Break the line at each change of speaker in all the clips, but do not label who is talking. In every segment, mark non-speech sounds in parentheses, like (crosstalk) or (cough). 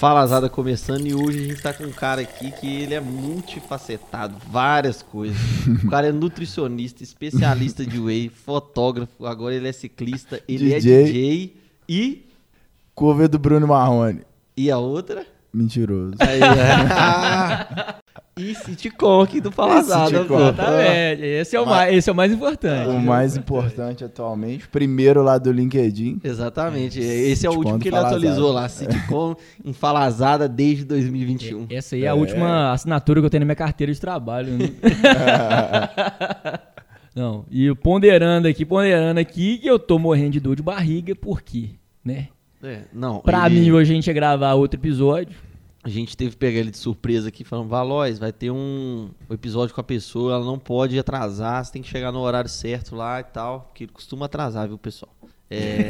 Falazada começando e hoje a gente tá com um cara aqui que ele é multifacetado, várias coisas. O cara é nutricionista, especialista de
(laughs)
whey, fotógrafo, agora ele é ciclista, ele é
DJ.
DJ e
Cover do Bruno Marrone.
e a outra
Mentiroso.
(laughs) e sitcom aqui do Falazada,
Esse
pô.
sitcom.
Exatamente. Esse é o,
Mas-
mais, esse é o mais importante.
o mais importante atualmente. Primeiro lá do LinkedIn.
Exatamente, esse é o
Sitcom
último
do
que ele
Falazada.
atualizou lá, sitcom em Falazada desde 2021.
Essa aí é a última assinatura que eu tenho na minha carteira de trabalho. né? Não, e ponderando aqui, ponderando aqui, que eu tô morrendo de dor de barriga, por quê? Né?
É, não,
Pra
ele-
mim, hoje a gente ia gravar outro episódio.
A gente teve que pegar ele de surpresa aqui, falando, Valois, vai ter um um episódio com a pessoa, ela não pode atrasar, você tem que chegar no horário certo lá e tal, porque ele costuma atrasar, viu, pessoal? É,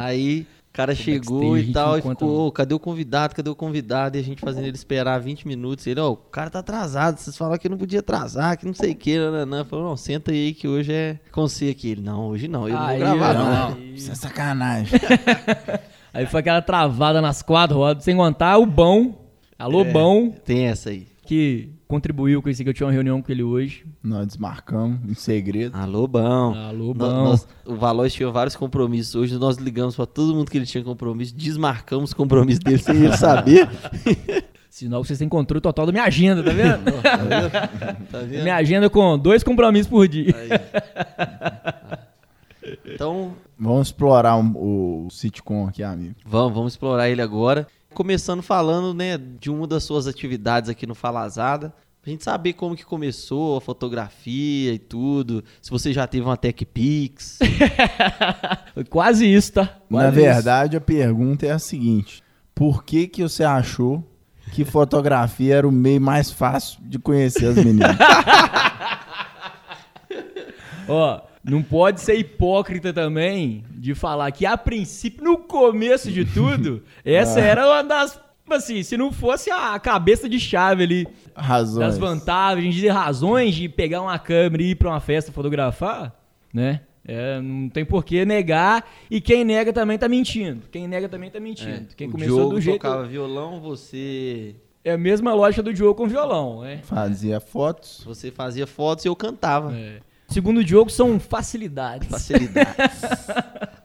aí o cara chegou
backstage a
e
gente
tal, e
encontra
ficou, cadê o convidado, cadê o convidado? E a gente fazendo ele esperar 20 minutos, ele, ó, o cara tá atrasado, vocês falaram que não podia atrasar, que não sei o que, nananã. Falou, não, senta aí que hoje é com você aqui. Ele, não, hoje não, eu não vou
Aí,
gravar
ó.
não.
Aí-
Isso é sacanagem.
Aí foi aquela travada nas quatro rodas, sem contar o Bão. Alô, Bão,
Tem essa aí.
que contribuiu com isso aqui. Eu tinha uma reunião com ele hoje.
Nós desmarcamos em segredo.
Alô, bom.
Alô,
No-
Bão.
nós- o Valois tinha vários compromissos. Hoje nós ligamos pra todo mundo que ele tinha compromisso, desmarcamos o compromisso dele sem ele
(laughs)
saber.
Sinal que vocês têm controle total da minha agenda, tá vendo?
tá vendo? Tá vendo?
minha agenda com dois compromissos por dia.
Aí. Então,
Vamos explorar um- o sitcom aqui, amigo.
vamos, vamos explorar ele agora. Começando falando, né, de uma das suas atividades aqui no Falazada. Pra gente saber como que começou a fotografia e tudo. Se você já teve uma Tech
(laughs)
Pix.
Foi quase isso, tá? Quase
Na
isso.
verdade, a pergunta é a seguinte. Por que que você achou que fotografia era o meio mais fácil de conhecer as
(laughs)
meninas?
Ó, não pode ser hipócrita também de falar que, a princípio, no começo de
(laughs)
tudo,
Ah.
essa era uma das. Assim, se não fosse a cabeça de chave ali das
Razões.
vantagens e razões de pegar uma câmera e ir pra uma festa fotografar, né? É, não tem por que negar. E quem nega também tá mentindo. Quem nega também tá mentindo.
né? É,
quem
o
começou
Diogo
do jeito.
tocava violão, você
É a mesma lógica do Diogo com violão, né?
Fazia fotos.
você fazia fotos e eu cantava.
É. Segundo o Diogo, são facilidades. (laughs)
Facilidades.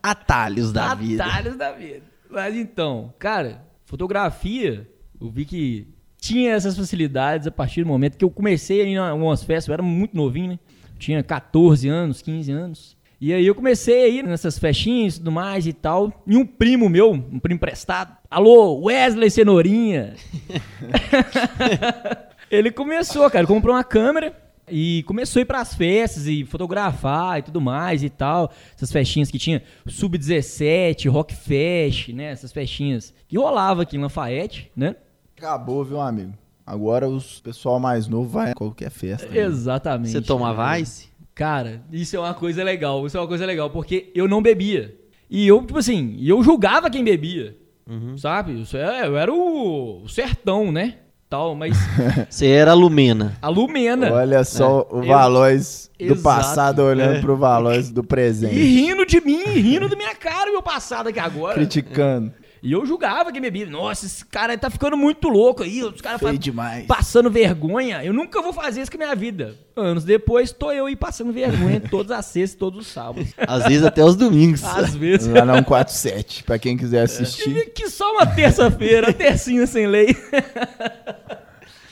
Atalhos da vida.
Atalhos da vida. Mas então, cara, fotografia, eu vi que tinha essas facilidades a partir do momento que eu comecei a ir em algumas festas, eu era muito novinho, né? Tinha 14 anos, 15 anos. E aí eu comecei a ir nessas festinhas e tudo mais e tal. E um primo meu, um primo prestado, alô, Wesley Cenourinha. Ele começou, cara, comprou uma câmera e começou a ir pras festas e fotografar e tudo mais e tal. Essas festinhas que tinha Sub-17, Rock Fest, né? Essas festinhas que rolava aqui em Lafayette, né?
Acabou, viu, amigo? Agora os pessoal mais novo vai a qualquer festa. né?
Exatamente.
Você tomava
cara.
ice?
Cara, isso é uma coisa legal, isso é uma coisa legal, porque eu não bebia. E eu, tipo assim, e eu julgava quem bebia,
Uhum.
sabe? Isso é- Eu era o o sertão, né?
(laughs)
Tal, mas
Você era Lumena.
a Lumena.
Olha só o
Ex-
Valois do
exato.
passado olhando pro Valois do
E
presente,
rindo de mim, e rindo da minha cara, meu passado aqui agora.
criticando.
E eu julgava quem bebia. Nossa, esse cara tá ficando muito louco aí. Os caras
Feio
fa-
demais.
passando vergonha. Eu nunca vou fazer isso com a minha vida. Anos depois, tô eu aí passando vergonha todas as sextas e todos os sábados.
Às vezes até os domingos.
Às vezes.
Lá na 147, pra quem quiser assistir.
Tive que só uma terça-feira, uma tercinha sem lei.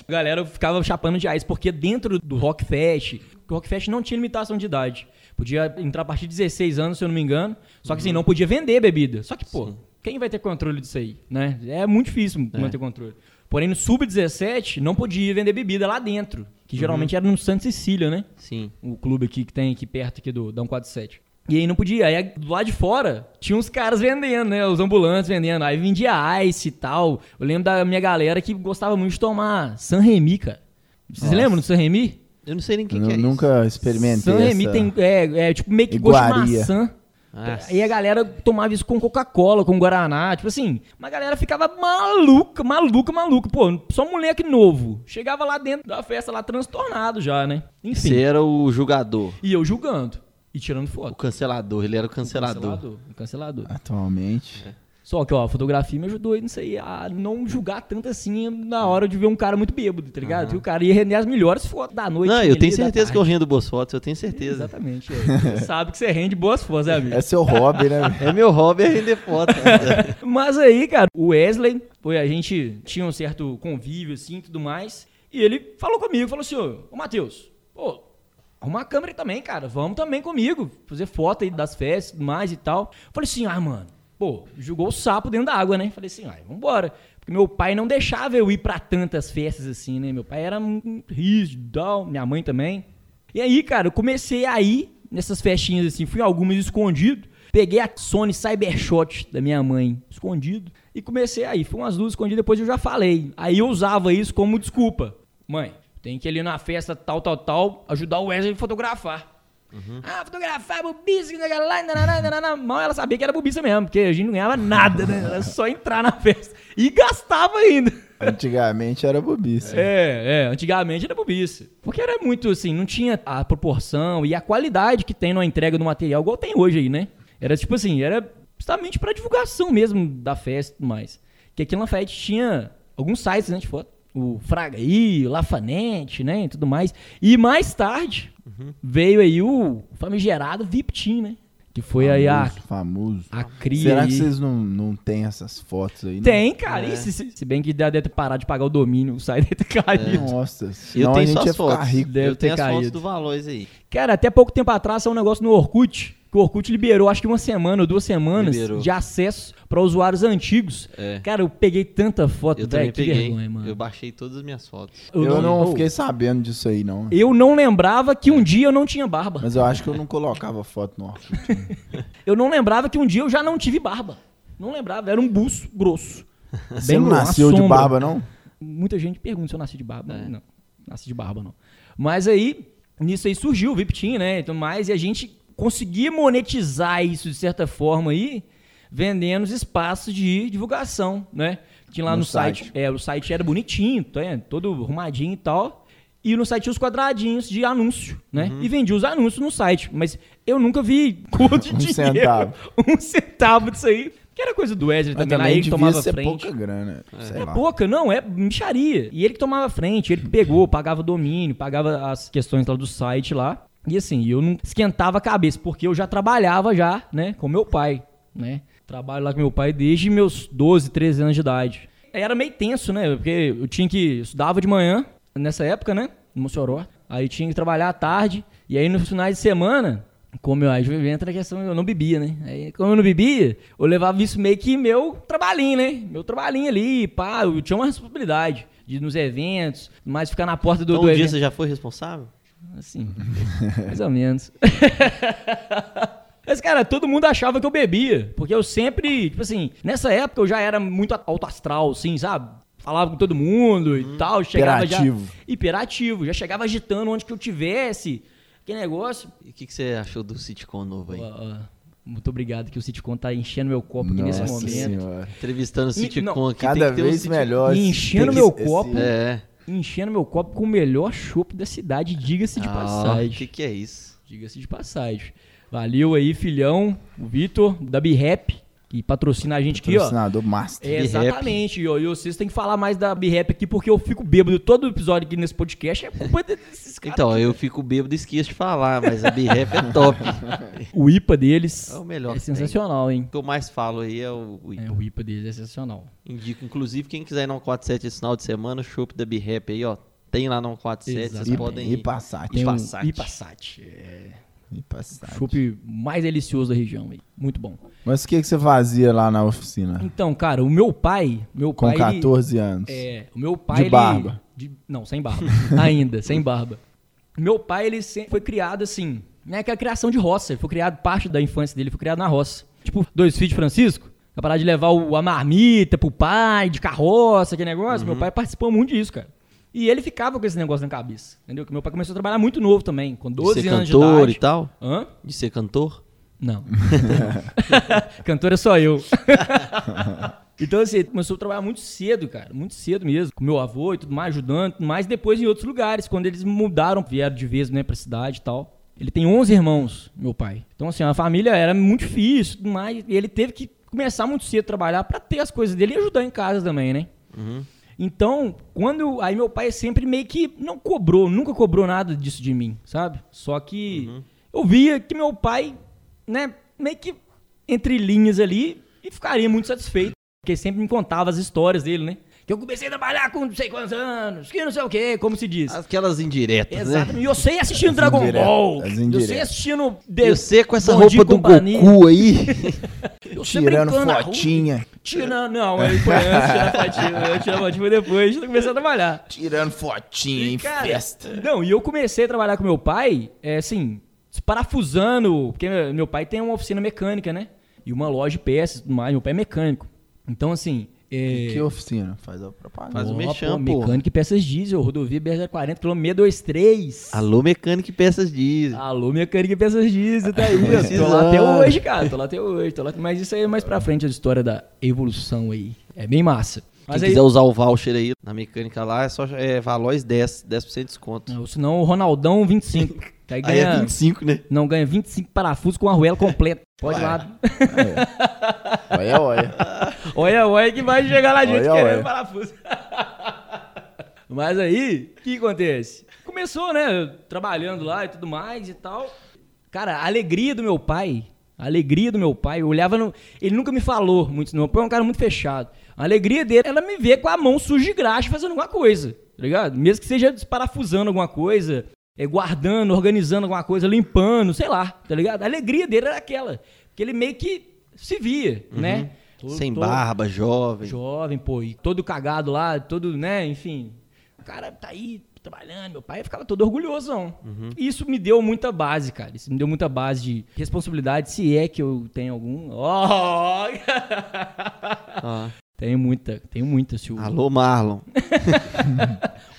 Galera, eu ficava chapando de ice, porque dentro do Rockfest, o Rockfest não tinha limitação de idade. Podia entrar a partir de 16 anos, se eu não me engano. Só que assim, não podia vender bebida. Só que, pô, quem vai ter controle disso aí, né? É muito difícil manter controle. Porém, no Sub-17, não podia vender bebida lá dentro. Que geralmente era no Santa Cecília, né?
Sim.
o clube aqui que tem aqui perto aqui do Dão 47. E aí não podia. Aí do lado de fora tinha uns caras vendendo, né? Os ambulantes vendendo. Aí vendia ice e tal. Eu lembro da minha galera que gostava muito de tomar San Remi, cara. Vocês lembram do San Remi?
Eu não sei nem o que,
Eu
que é isso.
nunca experimentei
San Remi
essa.
tem. É, é tipo meio que gosto de
Iguaria.
maçã.
Ah,
E a galera tomava isso com Coca-Cola, com Guaraná, tipo assim. Mas a galera ficava maluca, maluca, maluca. Pô, só moleque novo. Chegava lá dentro da festa, lá transtornado já, né? Enfim.
Você era o julgador.
E eu julgando. E tirando
O
foto.
cancelador. Ele era o cancelador.
O cancelador.
Atualmente.
Só que, ó, a fotografia me ajudou aí nisso aí a não julgar tanto assim na hora de ver um cara muito bêbado, tá ligado?
Aham.
Que o cara ia render as melhores fotos da noite.
Não,
ali,
eu tenho
da
certeza que eu
tarde.
rendo boas fotos, eu tenho certeza.
Exatamente. é. Você sabe que você rende boas fotos, né, amigo?
É seu hobby, né?
(laughs)
velho?
É meu hobby é render foto. cara.
(laughs) Mas aí, cara, o Wesley, foi, a gente tinha um certo convívio assim e tudo mais. E ele falou comigo, falou assim, ô, ô Matheus, pô, arruma a câmera aí também, cara. Vamos também comigo. Fazer foto aí das festas e tudo mais e tal. Falei assim, ah, mano, pô, jogou o sapo dentro da água, né? Falei assim, ai, vambora. Porque meu pai não deixava eu ir pra tantas festas assim, né? Meu pai era um rígido e tal, minha mãe também. E aí, cara, eu comecei a ir nessas festinhas assim, fui em algumas escondido. Peguei a Sony Cybershot da minha mãe, escondido, e comecei aí. Foi umas duas escondidas, depois eu já falei. Aí eu usava isso como desculpa. Mãe, tem que ir ali na festa tal, tal, tal, ajudar o Wesley a fotografar. Ah, fotografar, bobiça, que não sei o que lá, nananá, nananá. mal ela sabia que era bobiça mesmo, porque a gente não ganhava nada, né? Era só entrar na festa. E gastava ainda.
Antigamente era bobice.
É, é, antigamente era bobice. Porque era muito assim, não tinha a proporção e a qualidade que tem na entrega do material, igual tem hoje aí, né? Era tipo assim, era justamente pra divulgação mesmo da festa e tudo mais. Que aqui na Lafayette tinha alguns sites né, de foto. O Fragaí, o Lafanete, né? E tudo mais. E mais tarde veio aí o famigerado VIP Team, né? Que foi aí a,
Famoso, Famoso.
a cria.
Será que
aí.
vocês não, não têm essas fotos aí? não?
Tem, cara.
É.
E se, se- se bem que deve ter parado de pagar o domínio, o site deve
É.
ter caído.
(laughs)
Nossa,
Eu
senão a
tenho
gente
só
ia
as
ficar
fotos.
rico.
Deve
eu tenho
ter
as fotos
caído.
do Valores aí.
Cara, até pouco tempo atrás saiu um negócio no Orkut, que o Orkut liberou, acho que uma semana ou duas semanas
Liberou.
de acesso para usuários antigos.
É.
Cara, eu peguei tanta foto,
Eu
velho,
também
é que
peguei.
vergonha, mano.
Eu baixei todas as minhas fotos.
Eu, não
eu-
fiquei sabendo disso aí, não.
Eu não lembrava que
É.
um dia eu não tinha barba.
Mas eu acho que eu não colocava foto no Orkut.
Eu não lembrava que um dia eu já não tive barba. Não lembrava, era um buço grosso.
(laughs) Você
Bem
não
grosso, um a
nasceu de
sombra.
barba, não?
Muita gente pergunta se eu nasci de barba.
É.
Não, nasci de barba não. Mas aí, nisso aí surgiu o VIP Team, né? Então, mais, e a gente conseguia monetizar isso de certa forma aí, vendendo os espaços de divulgação, né? Tinha lá no,
No
site.
site.
É, o site era bonitinho, tá vendo? todo arrumadinho e tal. E no site tinha os quadradinhos de anúncio, né?
Uhum.
E vendia os anúncios no site. Mas eu nunca vi (laughs) cor de
Um
dinheiro.
centavo.
Um centavo disso aí. Que era coisa do Wesley
Mas
também, lá ele
também
que
devia
tomava
ser
frente.
pouca grana. Sei
É
lá.
pouca, não, é micharia. E ele que tomava a frente, ele que pegou, pagava domínio, pagava as questões lá do site lá. E assim, eu não esquentava a cabeça, porque eu já trabalhava já, né, com meu pai, né? Trabalho lá com meu pai desde meus 12, 13 anos de idade. Era meio tenso, né? Porque eu tinha que eu estudava de manhã, nessa época, né, no Mossoró. Aí tinha que trabalhar à tarde, e aí nos finais de semana, como eu, aí já entra a questão, eu não bebia, né? Aí, como eu não bebia, eu levava isso meio que meu trabalhinho, né? Meu trabalhinho ali, pá, eu tinha uma responsabilidade de ir nos eventos, mas ficar na porta do,
Então
do
um dia
evento.
você já foi responsável?
Assim, (laughs) mais ou menos. Mas, cara, todo mundo achava que eu bebia. Porque eu sempre, tipo assim, nessa época eu já era muito alto astral, assim, sabe? Falava com todo mundo e tal. Chegava
Hum. Hiperativo.
Já, hiperativo. Já chegava agitando onde que eu tivesse. Que negócio.
E o que, que você achou do sitcom novo aí?
Ó, ó, muito obrigado que o sitcom tá enchendo meu copo aqui nesse
Nossa
momento.
senhora.
Entrevistando o sitcom
não,
aqui. tem
Cada
que ter um
vez
sitcom-
melhor.
E
esse-
enchendo
tem
meu
esse-
copo.
É.
Enchendo meu copo com o melhor chopp da cidade, diga-se de
Ah,
passagem.
O que, que é isso?
Diga-se de passagem. Valeu aí, filhão, o Vitor, da B-Rap, que patrocina a gente aqui, ó.
Patrocinador master.
É,
B-Rap.
exatamente, ó, e vocês têm que falar mais da B-Rap aqui, porque eu fico bêbado todo episódio aqui nesse podcast, é culpa desses caras.
Então, eu fico bêbado e esqueço de falar, mas a B-Rap é top. (laughs)
O IPA deles
É o melhor
é
que tem.
sensacional, hein?
O que eu mais falo aí é o, o
É, o IPA deles é sensacional.
Indico, inclusive, quem quiser ir na 147 esse final de semana, o chopp da B-Rap aí, ó. Tem lá na 147, vocês
Exatamente.
podem
E
ir.
Passat.
Tem um
Passat.
IPA Sat, é
E
o
Passat.
chopp mais delicioso da região, hein? muito bom.
Mas o que, que você fazia lá na oficina?
Então, cara, o meu pai, meu
Com
pai... ele-
14 anos.
É, o meu pai.
De
ele-
barba.
de- não, sem barba. (laughs) Ainda, sem barba. Meu pai, ele sempre foi criado assim, né? Que é a criação de roça. Ele foi criado, parte da infância dele foi criado na roça. Tipo, dois filhos de Francisco, a parada de levar o- a marmita pro pai, de carroça, aquele negócio.
Uhum.
Meu pai participou muito disso, cara. E ele ficava com esse negócio na cabeça, entendeu? Que meu pai começou a trabalhar muito novo também, com
De
12
ser
anos
cantor
de
e
idade.
tal?
Hã?
De ser cantor?
Não. (laughs) Cantora sou eu. (laughs) então, assim, ele começou a trabalhar muito cedo, cara. Muito cedo mesmo. Com meu avô e tudo mais, ajudando, e tudo mais. Depois em outros lugares, quando eles mudaram, vieram de vez, né, pra cidade e tal. Ele tem 11 irmãos, meu pai. Então, assim, a família era muito difícil, e tudo mais. E ele teve que começar muito cedo a trabalhar pra ter as coisas dele e ajudar em casa também, né? Então, quando eu- aí meu pai sempre meio que não cobrou, nunca cobrou nada disso de mim, sabe? Só que eu via que meu pai, né, meio que entre linhas ali e ficaria muito satisfeito, porque sempre me contava as histórias dele, né? Que eu comecei a trabalhar com não sei quantos anos, que não sei o quê, como se diz.
Aquelas indiretas,
Exato.
né?
E eu sei assistindo Dragon
indiretas,
Ball.
as
Eu
indiretas.
sei assistindo
E
The
Você com essa
Bom Dia
roupa
e
do
Companhia.
Goku aí.
Eu sei
Tirando
brincando na rua.
fotinha.
Tirando, não, aí foi antes de tirar fotinho. Eu tirar fotinho foi depois, eu comecei a trabalhar.
Tirando fotinha em
cara,
festa.
Não, e eu comecei a trabalhar com meu pai, é, assim, parafusando, porque meu pai tem uma oficina mecânica, né? E uma loja de peças, e tudo mais, meu pai é mecânico. Então, assim, é,
Que oficina? Faz a propaganda.
Faz o
ó,
merchan, pô.
Mecânico e peças diesel, rodovia BR-40, quilômetro 623.
Alô, mecânico e peças diesas.
Alô, mecânica e peças diesel, tá aí. ó. Tô
Precisando.
lá até hoje, cara. Tô lá até hoje. Tô lá... Mas isso aí é mais pra frente a história da evolução aí. É bem massa. Mas
Quem
aí...
quiser usar o voucher aí na mecânica lá, é só é, Valois 10, 10% de desconto.
Não, senão o Ronaldão 25. Que tá aí
Aí
ganha...
é 25, né?
Não, ganha 25 parafusos com a arruela completa. Pode ir lá.
Olha, olha.
Olha, olha que vai chegar lá gente
Olha,
querendo
olha.
parafuso. Mas aí, o que acontece? Começou, né? eu Trabalhando lá e tudo mais e tal. Cara, a alegria do meu pai. A alegria do meu pai. Eu olhava no. Ele nunca me falou muito, não. Meu pai é um cara muito fechado. A alegria dele era me ver com a mão suja de graxa fazendo alguma coisa. Tá ligado? Mesmo que seja desparafusando alguma coisa, é, guardando, organizando alguma coisa, limpando, sei lá. Tá ligado? A alegria dele era aquela. Que ele meio que se via, né? Tô-
Uhum. Sem
tô-
barba, jovem.
Jovem, pô, e todo cagado lá, todo, né, enfim. O cara tá aí trabalhando, meu pai ficava todo orgulhosão.
Uhum.
E Isso me deu muita base, cara. Isso me deu muita base de responsabilidade, se é que eu tenho algum. Ó! (laughs)
Ah.
tenho muita, tenho muita, Silvio.
Alô, Marlon.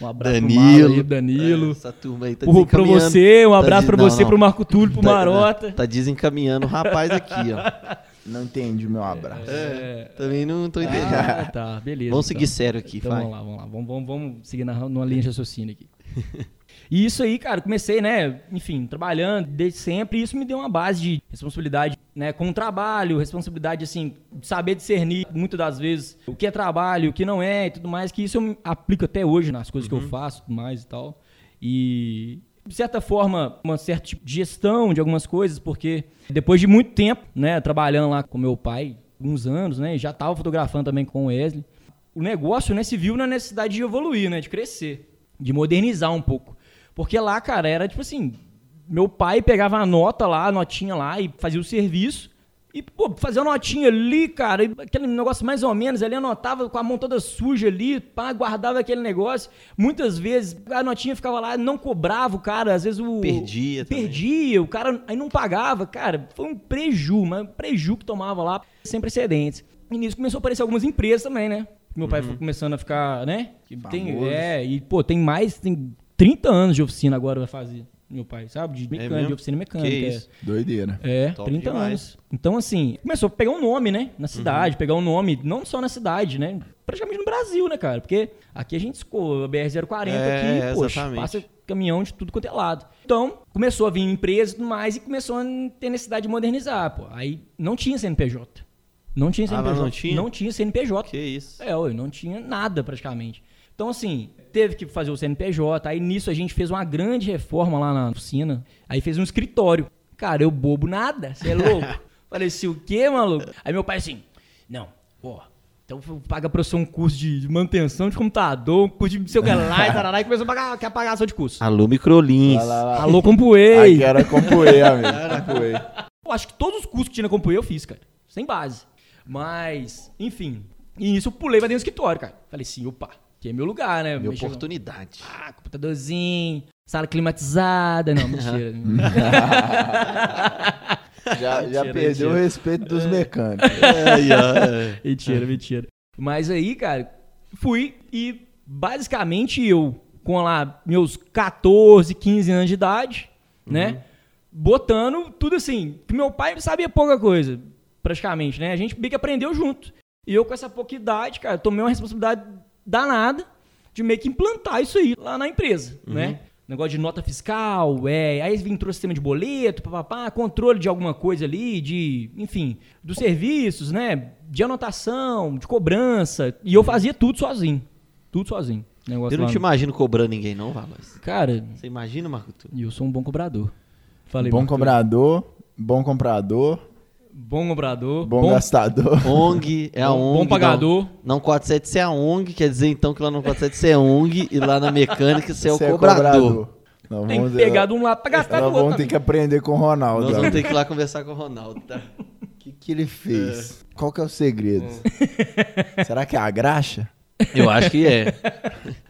Um abraço pro Marlon aí,
Danilo.
Danilo.
Essa turma aí tá
Pro- pra
desencaminhando.
você, um
Tá
abraço pra
des- não,
você,
não.
pro Marco Túlio, pro
Tá-
Marota.
Tá desencaminhando o rapaz aqui,
(laughs)
ó.
Não entendi meu abraço.
É.
Também não tô entendendo.
Ah, tá, beleza.
Vamos seguir
então.
sério aqui,
Então
vai.
vamos lá, vamos lá. Vamos, vamos, vamos seguir na, numa linha de raciocínio aqui. (laughs) E isso aí, cara, comecei, né, enfim, trabalhando desde sempre, e isso me deu uma base de responsabilidade, né, com o trabalho, responsabilidade, assim, de saber discernir, muitas das vezes, o que é trabalho, o que não é e tudo mais, que isso eu aplico até hoje nas coisas que eu faço, tudo mais e tal. E, de certa forma, uma certa tipo de gestão de algumas coisas, porque depois de muito tempo, né, trabalhando lá com meu pai, uns anos, né, e já tava fotografando também com o Wesley, o negócio, né, se viu na necessidade de evoluir, né, de crescer, de modernizar um pouco. Porque lá, cara, era tipo assim, meu pai pegava a nota lá, a notinha lá e fazia o serviço. E, pô, fazia a notinha ali, cara, e aquele negócio mais ou menos, ele anotava com a mão toda suja ali, pá, guardava aquele negócio. Muitas vezes a notinha ficava lá, não cobrava o cara, às vezes o...
Perdia também.
Perdia, o cara aí não pagava, cara, foi um preju, mas um preju que tomava lá, sem precedentes. E nisso começou a aparecer algumas empresas também, né? Meu pai
Uhum.
foi começando a ficar, né? Que Tem,
Famoso.
é, e pô, tem mais, tem 30 anos de oficina agora vai fazer, meu pai, sabe? De mecânica,
É mesmo?
de oficina mecânica.
Que
é.
isso.
Doideira.
É,
Top
30
demais. Uhum.
anos. Então, assim, começou a pegar um nome, né? Na cidade, pegar um nome, não só na cidade, né? Praticamente no Brasil, né, cara? Porque aqui a gente escolhe a BR-040
É,
aqui, poxa,
exatamente.
passa caminhão de tudo quanto é lado. Então, começou a vir empresa e tudo mais e começou a ter necessidade de modernizar, pô. Aí não tinha CNPJ. Não tinha
Ah, lá
CNPJ.
não tinha?
Não tinha CNPJ.
Que isso.
É, eu não tinha nada praticamente. Então, assim, teve que fazer o CNPJ, aí nisso a gente fez uma grande reforma lá na oficina, aí fez um escritório. Cara, eu bobo nada, você é louco? Falei assim, o quê, maluco? Aí meu pai assim, não, ó, então paga pra você um curso de de manutenção de computador, um curso de sei o que lá, e tarará, e começou a pagar, quer pagar só de curso.
Alô, Microlins.
Vai lá, vai lá.
Alô, Compuei!
Aqui era
(laughs)
compoê, amigo. Compoê.
Eu acho que todos os cursos que tinha na Companhia eu fiz, cara. Sem base. Mas, enfim. E isso eu pulei pra dentro do escritório, cara. Falei assim, opa, aqui é meu lugar, né?
Minha
Mexer no-
(laughs) oportunidade.
Ah, computadorzinho, sala climatizada. Não, mentira.
Já, já
Mentira,
perdeu
mentira.
o respeito
É.
dos mecânicos.
(laughs) mentira, mentira. Mas aí, cara, fui e basicamente eu, com lá meus 14, 15 anos de idade, né? Botando tudo assim. Que meu pai sabia pouca coisa, praticamente, né? A gente meio que aprendeu junto. E eu, com essa pouca idade,
Uhum.
cara, tomei uma responsabilidade danada de meio que implantar isso aí lá na empresa, né? negócio de nota fiscal, é, aí vim trouxe sistema de boleto, papapá, controle de alguma coisa ali, de, enfim, dos serviços, né? De anotação, de cobrança. E
Uhum.
eu fazia tudo sozinho. Tudo sozinho. Negócio
Eu não
lá
te
no-
imagino cobrando ninguém, não, Valois.
Cara,
Você imagina, Marco Túlio?
eu sou um bom cobrador. Falei,
bom
Marco Túlio.
cobrador, bom comprador,
Bom cobrador.
bom,
(laughs)
gastador.
ONG é a
bom-
ONG.
bom pagador.
Não, não 47 você é a ONG, quer dizer então que lá no 47 você é ONG e lá na mecânica você é o
Você é
cobrador.
Nós
Tem
vamos- eh,
que pegar de um lado pra gastar
nós
do outro.
vamos ter
amigo.
que aprender com o Ronaldo.
Nós
ó.
vamos ter que ir lá conversar com o Ronaldo, tá?
O que, que ele fez? Qual que é o segredo? (laughs) Será que é a graxa?
Eu acho que é.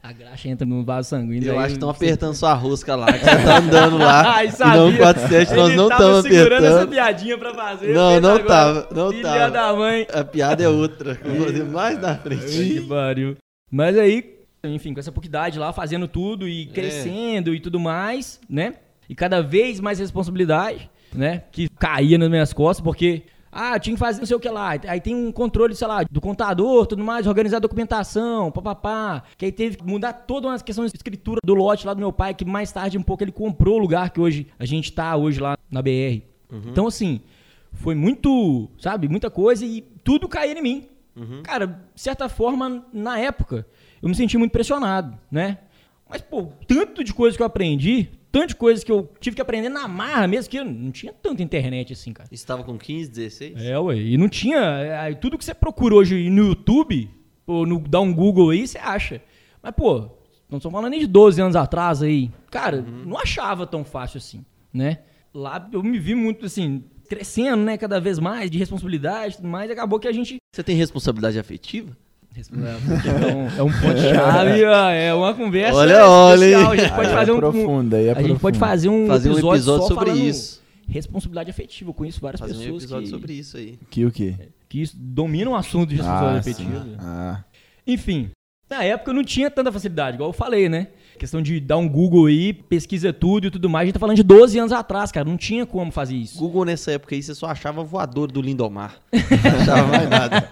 A graxa entra no vaso sanguíneo.
(laughs) Eu
aí
acho que estão apertando sua rosca lá, que você tá andando lá.
(laughs) Ai,
e
sabia.
não 47, nós
Ele
não
tava
estamos
segurando essa
apertando.
piadinha pra fazer.
Não,
fez
não
agora.
tava, não
Filha
tava.
da mãe.
A piada é
(laughs)
outra, que eu vou fazer mais na
Que
frente.
pariu. Mas aí, enfim, com essa pouquidade lá, fazendo tudo e crescendo e tudo mais, né? E cada vez mais responsabilidade, né? Que caía nas minhas costas, porque... Ah, tinha que fazer não sei o que lá. Aí tem um controle, sei lá, do contador, tudo mais, organizar a documentação, papapá. Que aí teve que mudar toda uma questão de escritura do lote lá do meu pai, que mais tarde um pouco ele comprou o lugar que hoje a gente tá hoje lá na BR. Então, assim, foi muito, sabe, muita coisa e tudo caía em mim. Cara, de certa forma, na época, eu me senti muito pressionado, né? Mas, pô, tanto de coisa que eu aprendi, tanto de coisa que eu tive que aprender na marra mesmo, que eu não tinha tanta internet assim, cara.
Estava com 15, 16?
É, ué, e não tinha. é, aí Tudo que você procura hoje no YouTube, ou no, dá um Google aí, você acha. Mas, pô, não estamos falando nem de 12 anos atrás aí. Cara, não achava tão fácil assim, né? Lá eu me vi muito assim, crescendo, né? Cada vez mais, de responsabilidade e tudo mais, e acabou que a gente.
Você tem responsabilidade afetiva?
(laughs) É um, é
(laughs)
um ponto-chave, ó, é uma conversa
Olha,
especial.
olha,
A
hein?
gente pode
Aí
fazer
é
um.
profunda, aí é
a gente
profunda.
pode fazer um
Fazer um
episódio,
episódio
só
sobre
falando
isso.
Responsabilidade afetiva. Eu conheço várias
Fazer um
pessoas.
episódio
que...
sobre isso aí.
Que o quê?
que isso domina o assunto de responsabilidade
sim.
afetiva.
Ah,
Enfim, na época eu não tinha tanta facilidade, igual eu falei, né? Questão de dar um Google aí, pesquisa tudo e tudo mais. A gente tá falando de 12 anos atrás, cara. Não tinha como fazer isso.
Google nessa época aí, você só achava voador do Lindomar. Não achava mais nada.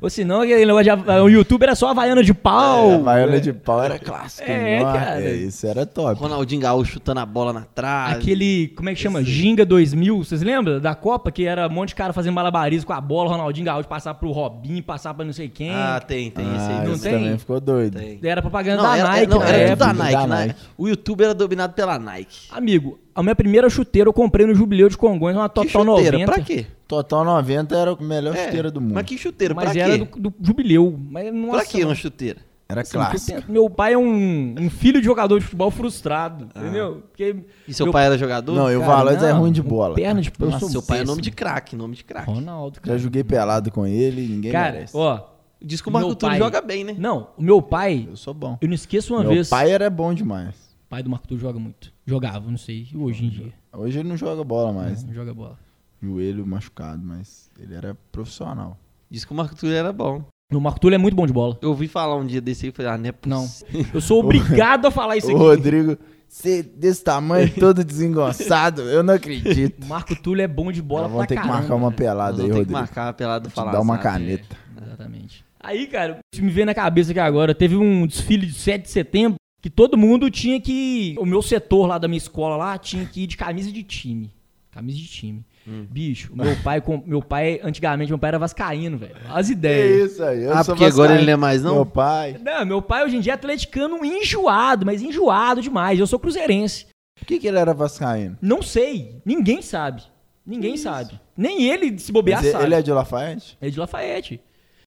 Ou senão, aquele negócio de, Hava- o YouTube era só Havaiana de
é, a
pau.
baiana de pau era clássica.
É,
nossa,
cara.
é, Isso era top.
Ronaldinho Gaúcho chutando a bola na trave.
Aquele, como é que chama? Ginga 2000, vocês lembram? Da Copa, que era um monte de cara fazendo malabarismo com a bola, Ronaldinho Gaúcho passar pro Robinho, passar pra não sei quem.
Ah, tem, tem esse
Ah,
aí.
não
isso
tem?
também ficou doido.
Tem.
Era propaganda
Não,
da
era,
Nike.
não,
na
era tudo
época. Ah,
da
tudo
Nike,
da
né?
Nike.
O YouTube era dominado pela Nike.
Amigo, a minha primeira chuteira eu comprei no Jubileu de Congonhas, uma
que
Total
chuteira?
90.
Pra quê?
Total 90 era a melhor
É,
chuteira do mundo.
Mas que chuteira?
Mas
pra
era
quê?
do, assim? do jubileu. Mas nossa,
Pra Um que
mano,
uma chuteira?
Era
assim, porque eu
clássica.
tenho- meu pai é um, um filho de jogador de futebol frustrado, entendeu? Porque
Ah. E seu
meu-
pai era jogador?
Não, eu
Cara,
Valores é
não,
ruim de
um
bola.
Perna de pau.
Nossa, seu pai é nome de craque, nome de craque.
Ronaldo,
Já
cara.
joguei pelado com ele, ninguém
Cara,
merece.
ó.
Diz que o Marco
meu
Túlio
pai-
joga bem, né?
Não, o meu pai,
Eu sou bom.
eu não esqueço uma
Meu
vez.
pai era bom demais.
O pai do Marco Túlio joga muito. Jogava, não sei, hoje em dia.
Hoje ele não joga bola mais.
Não joga bola.
Joelho machucado, mas ele era profissional.
Diz que o Marco Túlio era bom.
O Marco Túlio é muito bom de bola.
Eu ouvi falar um dia desse aí e falei, ah, não é
Não.
possível. (laughs)
Eu sou obrigado a falar isso
Ô,
aqui.
Rodrigo, você é desse tamanho todo desengonçado, eu não acredito.
O Marco Túlio é bom de (laughs) bola
Nós
pra
vamos ter que
caramba.
marcar uma
Nós
pelada aí,
vamos ter que
Rodrigo.
marcar a pelada do né?
Te
falar.
dar uma
sabe?
caneta.
Exatamente. Aí, cara, isso me vem na cabeça aqui agora. Teve um desfile de 7 de setembro que todo mundo tinha que. O meu setor lá da minha escola lá tinha que ir de camisa de time. Camisa de time.
Hum.
Bicho, o meu pai, com, meu pai, antigamente, meu pai era vascaíno, velho. As ideias.
isso aí. eu
Ah,
sou
porque agora
vascaíno.
ele não é mais, não?
Meu pai.
Não, meu pai hoje em dia é atleticano enjoado, mas enjoado demais. Eu sou cruzeirense.
Por que, que ele era vascaíno?
Não sei. Ninguém sabe. Ninguém sabe. Nem ele se bobear
Mas e-
sabe.
ele é de Lafayette?
É de Lafayette.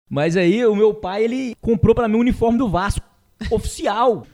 Mas aí o meu pai, ele comprou pra mim o uniforme
(laughs)
do Vasco. Oficial.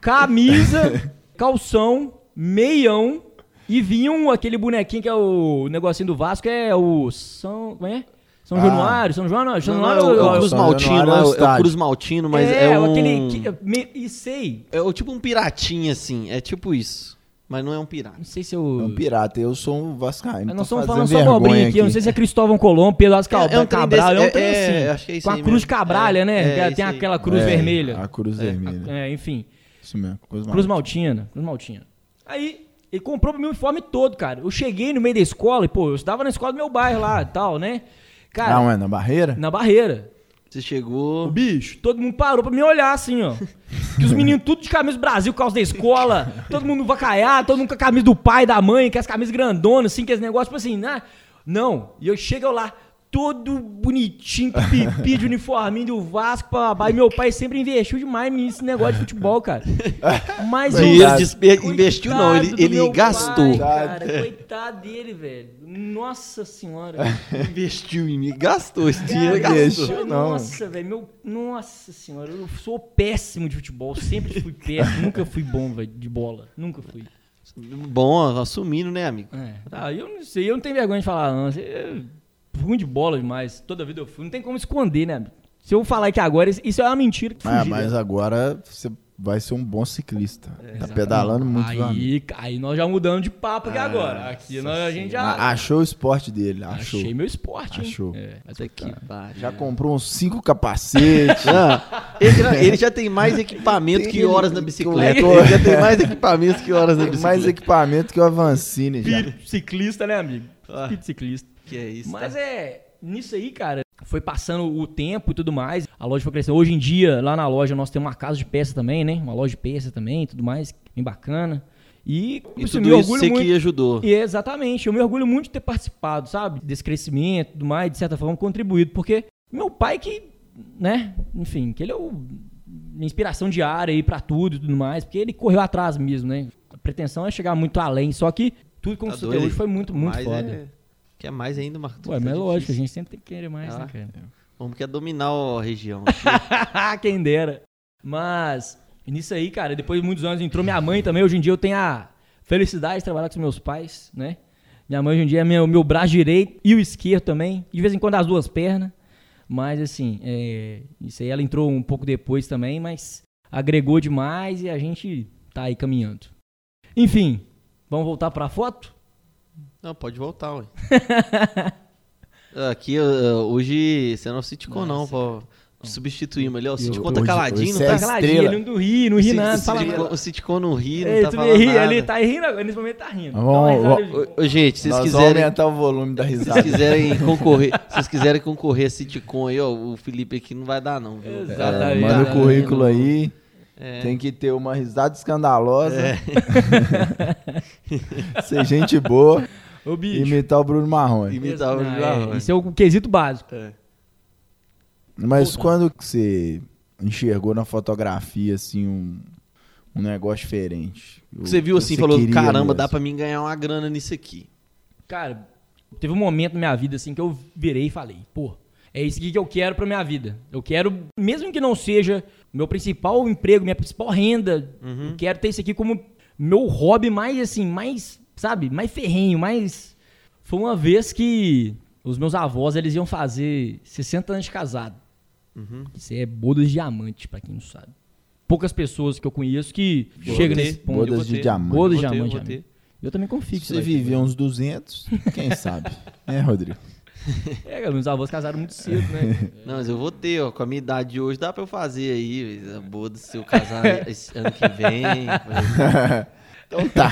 Camisa, calção, meião. E vinha um, aquele bonequinho que é o negocinho do Vasco, é o São. Como é? São
Ah.
Januário, São Januário, São
Não, não, é
Januário.
o, é o
eu-
Cruz
eu- eu-
Maltino,
eu-
é o, é o
estádio.
Cruz Maltino, mas é,
é,
um...
aquele. que- me- e sei.
É o- tipo um piratinha, assim. É tipo isso. Mas não é um pirata.
Não sei se
É um
eu.
pirata, eu sou um vascaíno.
Mas nós
tô
estamos
fazendo
falando só
vergonha
abobrinha aqui. Eu não sei se é Cristóvão Colombo, Pedro Álvares
É- é um trem
Cabral,
desse-
é
é-
um trem assim.
é, acho que é isso
com a
aí
cruz
mesmo.
cabralha,
É,
né?
é
tem
isso aí.
aquela cruz
É,
vermelha.
A cruz vermelha.
É, enfim.
Isso mesmo, cruz,
Cruz
mal.
Maltina, Cruz Maltina. Aí, ele comprou pro meu uniforme todo, cara. Eu cheguei no meio da escola e, pô, eu estudava na escola do meu bairro lá e tal, né? Cara,
Ah, ué, na barreira?
na barreira.
Você
O
chegou... (laughs)
bicho, todo mundo parou pra me olhar assim, ó. Que os meninos tudo de camisa do Brasil por causa da escola. todo mundo vacaiar, todo mundo com a camisa do pai, da mãe, com as camisas grandonas, assim, que esse negócio, tipo assim, né? Não. E eu chego lá, todo bonitinho, com pipi de uniforminho do Vasco, babá. E meu pai sempre investiu demais nesse negócio de futebol, cara. Mas
E
eu-
ele despe- investiu, não, ele-
Coitado do
ele
meu
gastou.
Pai, cara, coitado dele, velho. Nossa senhora.
Investiu em mim, gastou esse dinheiro,
Cara,
gastou.
investiu. não.
Nossa, velho, meu. Nossa senhora, eu sou péssimo de futebol. Sempre fui péssimo, nunca fui bom, velho, de bola. Nunca fui.
Bom, assumindo, né, amigo?
É. Ah, eu não sei, eu não tenho vergonha de falar, não. Eu fui ruim de bola demais. Toda vida eu fui. Não tem como esconder, né? amigo? Se eu falar que agora, isso- isso é uma mentira que
Ah,
fugir,
mas
né?
agora você vai ser um bom ciclista. tá
Exatamente.
pedalando muito, Ah, meu amigo.
aí, aí nós já mudamos de papo aqui agora. Aqui nós, a gente já.
A- Achou o esporte dele, achou.
Achei meu esporte, hein?
Achou.
É, mas
Puta
aqui.
que pariu.
Já comprou uns cinco capacetes.
(laughs) Ah, ele, já, ele já tem mais equipamento
Tem
que horas na
que-
bicicleta.
colocou.
Ele já tem
(laughs)
mais equipamento que horas na
tem
bicicleta.
mais equipamento que o Avancini já.
Espírito ciclista, né, amigo?
Ah.
Espírito ciclista.
Que é isso,
Mas
tá?
é, nisso aí, cara, foi passando o tempo e tudo mais. A loja foi crescendo. Hoje em dia, lá na loja, nós temos uma casa de peça também, né? Uma loja de peça também, tudo mais, bem bacana. E,
E
isso,
tudo é isso você que ajudou.
e é, exatamente, eu me orgulho muito de ter participado, sabe? Desse crescimento, e tudo mais, de certa forma contribuído, porque meu pai que, né, enfim, que ele é o, minha inspiração diária aí pra tudo e tudo mais, porque ele correu atrás mesmo, né? A pretensão é chegar muito além, só que tudo como
Tá
tá
doido,
hoje foi muito, muito
Mas
foda.
É... Quer mais ainda, Marcos?
Ué,
Tá
mas é
difícil.
lógico, a gente sempre tem que querer mais, né,
Ah.
cara?
Vamos quer dominar a (laughs) região.
(laughs) Quem dera. Mas, nisso aí, cara, depois de muitos anos entrou minha mãe também. Hoje em dia eu tenho a felicidade de trabalhar com os meus pais, né? Minha mãe hoje em dia é meu, meu braço direito e o esquerdo também. De vez em quando as duas pernas. Mas, assim, é, isso aí ela entrou um pouco depois também, mas agregou demais e a gente tá aí caminhando. Enfim, vamos voltar pra foto?
Não, pode voltar,
(laughs)
ué. Aqui, uh, hoje, você não sitcom, não, pô. Substituímos ali, ó. O sitcom tá
hoje-
caladinho,
hoje
não
é
tá
estrela.
Caladinha, ele não ri, não
O
ri
sit-
nada, não
o
fala
sitcom-
nada.
O sitcom não ri, não
Ei,
tá
tu
falando
ri,
nada.
ele tá rindo agora, nesse momento tá rindo. Dá uma
Vamos,
risada
vamos,
Ô, ô, gente, se
Nós
vocês
vamos
quiserem...
aumentar o volume da
Se vocês
risada.
quiserem concorrer, se vocês quiserem concorrer a sitcom aí, ó, o Felipe aqui não vai dar não, viu?
Exato.
É,
Exatamente.
tá
manda o currículo aí.
É.
Tem que ter uma risada escandalosa. (laughs) ser gente boa.
Ô, bicho.
Imitar o Bruno Marrone.
Imitar o
Não,
Bruno
é,
Marrone.
Isso é o quesito básico.
É.
Mas
Puta.
quando que você enxergou na fotografia, assim, um, um negócio diferente? O
Você viu
que
assim, e falou,
queria
caramba,
mesmo?"
dá pra mim ganhar uma grana nisso aqui.
Cara, teve um momento na minha vida assim que eu virei e falei, pô, é isso aqui que eu quero pra minha vida. Eu quero, mesmo que não seja meu principal emprego, minha principal renda,
Uhum.
eu quero ter isso aqui como meu hobby mais assim, mais, sabe, mais ferrenho, mais foi uma vez que os meus avós eles iam fazer 60 anos de casado.
Uhum.
Isso é bodas de diamante, pra quem não sabe. Poucas pessoas que eu conheço que
Eu
chegam
votei.
nesse ponto.
Eu vou
Bodas de
ter.
diamante.
Bodas de
Eu votei, eu
diamante.
votei.
amigo. Eu também confio
Se
que
você
vai ter.
viver uns 200, quem
(laughs)
sabe? É, Rodrigo?
É, cara, meus avós casaram muito cedo,
(laughs)
né?
Não, mas eu vou ter, ó, com a minha idade de hoje, dá pra eu fazer aí, a boa do seu casar (laughs) esse ano que vem.
Então tá.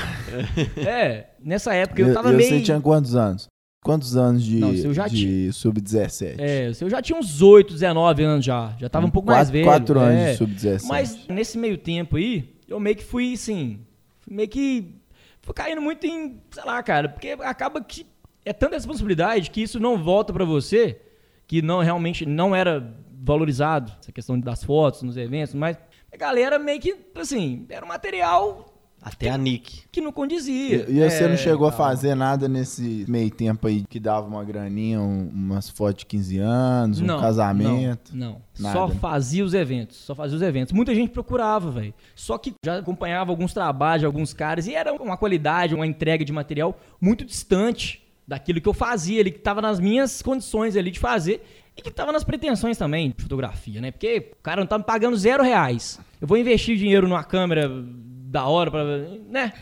é, nessa época
Eu,
eu tava
eu-
meio.
Você tinha quantos anos? Quantos anos de,
Não, isso eu já
de sub-17?
É, eu já tinha uns 8, 19 anos já. Já tava um pouco mais
Quatro-
velho.
Quatro anos
é.
de sub-17.
Mas nesse meio tempo aí, eu meio que fui assim. fui Meio que. Fui caindo muito em. Sei lá, cara. Porque acaba que. É tanta responsabilidade que isso não volta pra você. Que não realmente não era valorizado. Essa questão das fotos, nos eventos, mas. A galera meio que, assim, era um material
Até a Nick.
que não condizia.
E, e aí você
É,
não chegou
tal.
a fazer nada nesse meio tempo aí que dava uma graninha, um- umas fotos de 15 anos, um casamento?
Não. não.
nada,
Só
né?
fazia os eventos. Só fazia os eventos. Muita gente procurava, velho. Só que já acompanhava alguns trabalhos, de alguns caras, e era uma qualidade, uma entrega de material muito distante daquilo que eu fazia ali, que tava nas minhas condições ali de fazer. E que tava nas pretensões também de fotografia, né? Porque o cara não tá me pagando zero reais. Eu vou investir dinheiro numa câmera da hora, pra, né?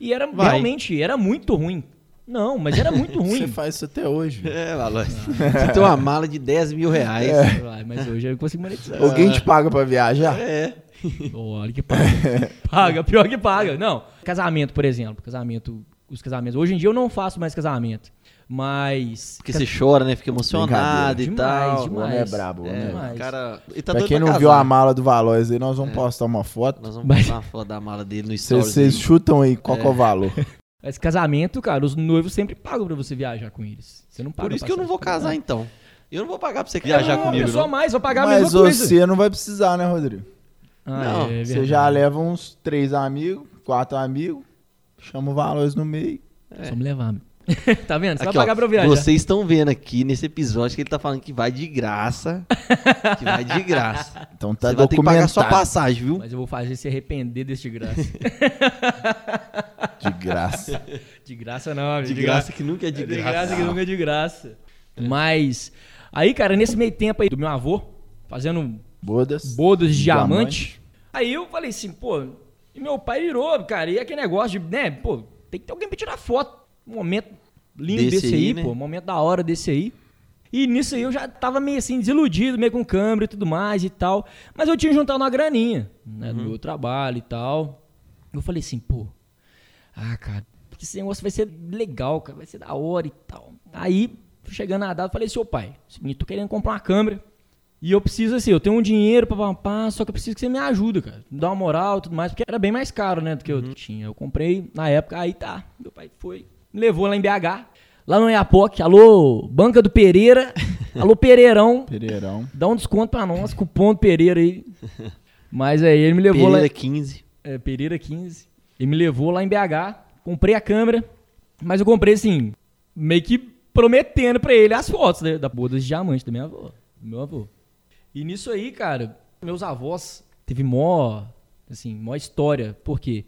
E era
Vai.
realmente, era muito ruim. Não, mas era
(laughs)
muito
Você
ruim.
faz isso até hoje. velho.
É, Valois. Você tem uma mala de 10 mil reais.
Ai, mas hoje eu consigo monetizar.
Alguém te paga pra viajar?
É. (laughs)
Olha que paga. paga, pior que paga. Não. Casamento, por exemplo. Casamento os casamentos. Hoje em dia eu não faço mais casamento, mas...
Porque você chora, né? Fica emocionado e
Brincadeira.
tal.
Demais,
O homem é brabo, o homem
É,
é,
o
demais.
cara. Ele tá
Pra
doido
quem
pra
não viu
casar.
a mala do Valois aí, nós vamos postar uma foto.
Nós vamos
Mas-
botar uma foto da mala dele no stories.
Vocês
aí.
chutam aí qual que é o valor.
Mas casamento, cara, os noivos sempre pagam pra você viajar com eles. Você não paga
Por isso que eu não
passagem
vou
pra ninguém.
casar então. Eu não vou pagar pra você
Não,
viajar
Uma
comigo.
pessoa a
não.
mais, vou pagar a
Mas
mesma coisa.
você não vai precisar, né, Rodrigo?
Ah,
Não,
é
Você
verdade.
já leva uns três amigos, quatro amigos, chama o Valois no meio.
Só me levar. meu. (laughs) tá vendo? Você
é- Aqui, ó,
vai pagar pra eu viajar.
Vocês estão vendo aqui nesse episódio que ele tá falando que vai de graça. que vai de graça.
(laughs) Então tá
você vai ter que pagar sua
documentado.
passagem, viu?
Mas eu vou fazer se arrepender desse de graça.
(laughs)
De graça.
de graça não, amigo.
De graça que nunca é de
De
graça. É.
graça que nunca é de graça. Mas, aí, cara, nesse meio tempo aí do meu avô, fazendo
Bodas.
bodas de diamante.
Diamante.
Aí eu falei assim, pô, e meu pai virou, cara, e aquele negócio de, né, pô, tem que ter alguém pra tirar foto. Um momento lindo
Desse
desse, aí,
aí, né?
pô, um momento da hora desse aí. E nisso aí eu já tava meio assim, desiludido, meio com câmera e tudo mais e tal. Mas eu tinha juntado uma graninha, né, do meu trabalho e tal. Eu falei assim, pô, ah, cara, porque esse negócio vai ser legal, cara, vai ser da hora e tal. Aí, chegando na data, eu falei, seu pai, é seguinte, tô querendo comprar uma câmera. E eu preciso, assim, eu tenho um dinheiro pra papar, só que eu preciso que você me ajude, cara. Me dá uma moral e tudo mais, porque era bem mais caro, né, do que eu tinha. Eu comprei na época, aí tá. Meu pai foi, me levou lá em BH, lá no Iapoc, alô, Banca do Pereira, alô Pereirão,
Pereirão.
dá um desconto pra nós, cupom do Pereira aí. Mas aí ele me levou lá.
Pereira 15.
É, Pereira 15. Ele me levou lá em BH, comprei a câmera, mas eu comprei assim, meio que prometendo pra ele as fotos né, da boda de diamante da minha avó, do meu avô. E nisso aí, cara, meus avós teve mó, assim, mó história, porque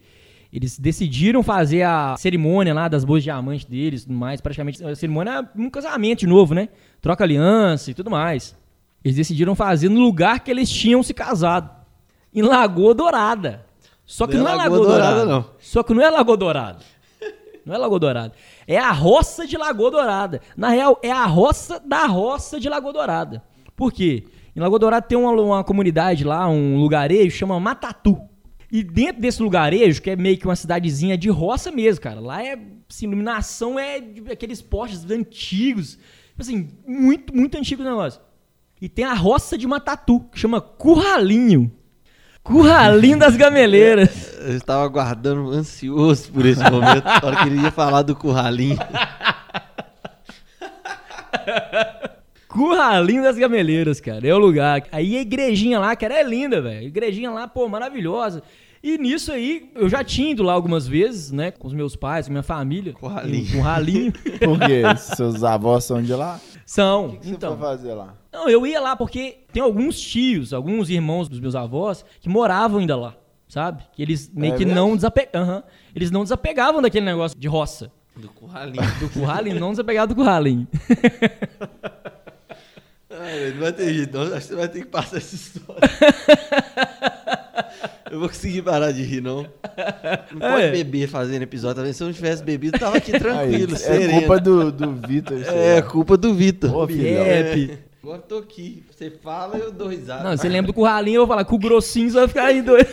eles decidiram fazer a cerimônia lá das bodas de diamante deles, e tudo mais, praticamente a cerimônia é um casamento de novo, né? Troca aliança e tudo mais. Eles decidiram fazer no lugar que eles tinham se casado, em Lagoa Dourada. Só que não, é Lagoa Dourada,
não.
Só que não é Lagoa Dourada. Não é Lagoa Dourada. É a roça de Lagoa Dourada. Na real, é a roça da roça de Lagoa Dourada. Por quê? Em Lagoa Dourada tem uma, uma comunidade lá, um lugarejo, chama Matatu. E dentro desse lugarejo, que é meio que uma cidadezinha de roça mesmo, cara. Lá é, assim, iluminação é de- aqueles postes antigos. Assim, muito, muito antigo o negócio. E tem a roça de Matatu, que chama Curralinho. Curralinho das Gameleiras.
Eu estava aguardando ansioso por esse momento. Na hora que ele ia falar do curralinho.
Curralinho das Gameleiras, cara. É o lugar. Aí a igrejinha lá, cara, é linda, velho. Igrejinha lá, pô, maravilhosa. E nisso aí, eu já tinha ido lá algumas vezes, né? Com os meus pais, com minha família.
Curralinho.
Com
(laughs)
o ralinho.
Por quê? Seus avós são de lá?
São.
O que você
então.
foi fazer lá?
Não, eu ia lá porque tem alguns tios, alguns irmãos dos meus avós que moravam ainda lá, sabe? Que eles meio
É
que
mesmo?
não desapegavam. Eles não desapegavam daquele negócio de roça.
Do curralinho. (laughs)
Do curralinho, não desapegavam do curralinho.
Ah, não vai ter jeito, não. Acho que você vai ter que passar essa
(laughs)
história. Eu vou conseguir parar de rir, não. Não pode
É.
beber fazendo episódio, tá vendo? Se eu não tivesse bebido, tava aqui tranquilo,
(laughs) Aí,
sereno.
É culpa do, do Vitor. isso aí,
É,
ó.
culpa do Vitor.
Ô,
(laughs)
filhão.
Pepe.
(laughs) Agora eu tô aqui. Você fala, eu dou risada.
Não, você lembra do curralinho, eu vou falar, com o grossinho você vai ficar aí doido.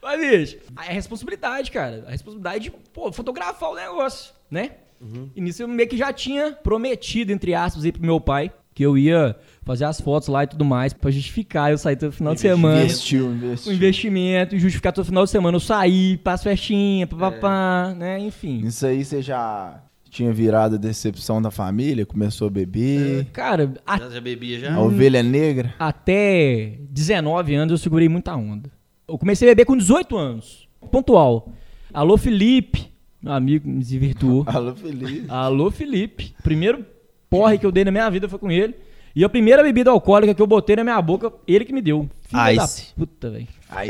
Mas, bicho, aí é responsabilidade, cara. A responsabilidade de, pô, fotografar o negócio, né? E nisso eu meio que já tinha prometido, entre aspas, aí pro meu pai, que eu ia fazer as fotos lá e tudo mais, pra justificar eu sair todo final de semana.
Investiu,
O
investiu.
investimento e justificar todo final de semana eu sair, passo festinha, papapá, né? Enfim.
Isso aí você já tinha virado a decepção da família, começou a beber.
Cara,
(laughs)
a-
Já, já bebia já?
A ovelha negra.
Até 19 anos eu segurei muita onda. Eu comecei a beber com 18 anos. Pontual. Alô, Felipe. Meu amigo me
(laughs)
desvirtuou.
Alô, Felipe.
Alô, Felipe. Primeiro porre que eu dei na minha vida foi com ele. E a primeira bebida alcoólica que eu botei na minha boca, ele que me deu.
Ice.
da puta, velho.
(laughs) Aí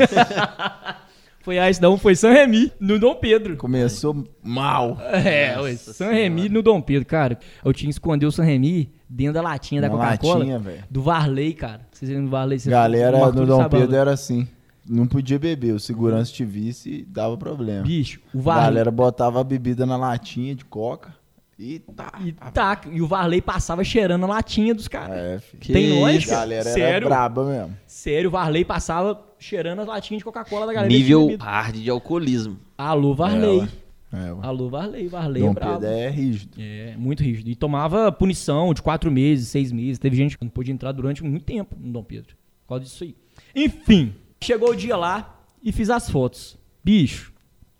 Foi Ice, não. Foi San Remy, no Dom Pedro.
(laughs) começou mal.
É,
Nossa
ué, San
Senhora.
Remy no Dom Pedro, cara. Eu tinha que esconder o San Remy dentro da latinha da
Uma
Coca-Cola.
latinha, velho.
Do Varley, cara. Vocês lembram do Varley? Vocês- o
Galera
Marcos
do Dom
Sabala.
Pedro era assim. Não podia beber, o segurança te visse e dava problema.
Bicho, o
A
Varley.
galera botava a bebida na latinha de coca e tá.
E, tá, e o Varley passava cheirando a latinha dos caras.
É, filho.
Que
Tem lógica?
isso,
galera era
Sério?
braba mesmo.
Sério, o Varley passava cheirando as latinhas de Coca-Cola da galera. que tinha
Nível
bebido.
hard de alcoolismo.
Alô, Varley.
É, ué. É, ué.
Alô, Varley, Varley é
Dom
brabo.
Pedro é rígido.
É, muito rígido. E tomava punição de quatro meses, seis meses. Teve gente que não pôde entrar durante muito tempo no Dom Pedro. Por causa disso aí. Enfim, chegou o dia lá e fiz as fotos. Bicho,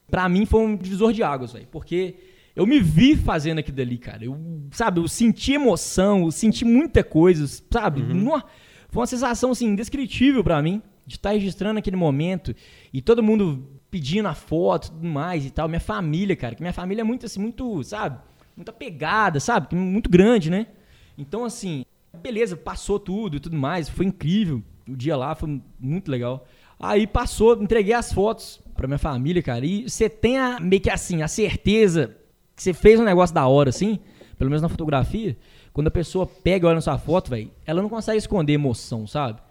pra mim foi um divisor de águas, velho. Porque eu me vi fazendo aquilo dali, cara. Eu, sabe, eu senti emoção, eu senti muita coisa, sabe? Nó, foi uma sensação, assim, indescritível pra mim. De estar registrando aquele momento e todo mundo pedindo a foto tudo mais e tal. Minha família, cara, que minha família é muito, assim, muito, sabe? Muita pegada, sabe? Muito grande, né? Então, assim, beleza, passou tudo e tudo mais, foi incrível. O dia lá foi muito legal. Aí passou, entreguei as fotos pra minha família, cara. E você tem a, meio que assim, a certeza que você fez um negócio da hora, assim, pelo menos na fotografia, quando a pessoa pega e olha na sua foto, velho, ela não consegue esconder emoção, sabe?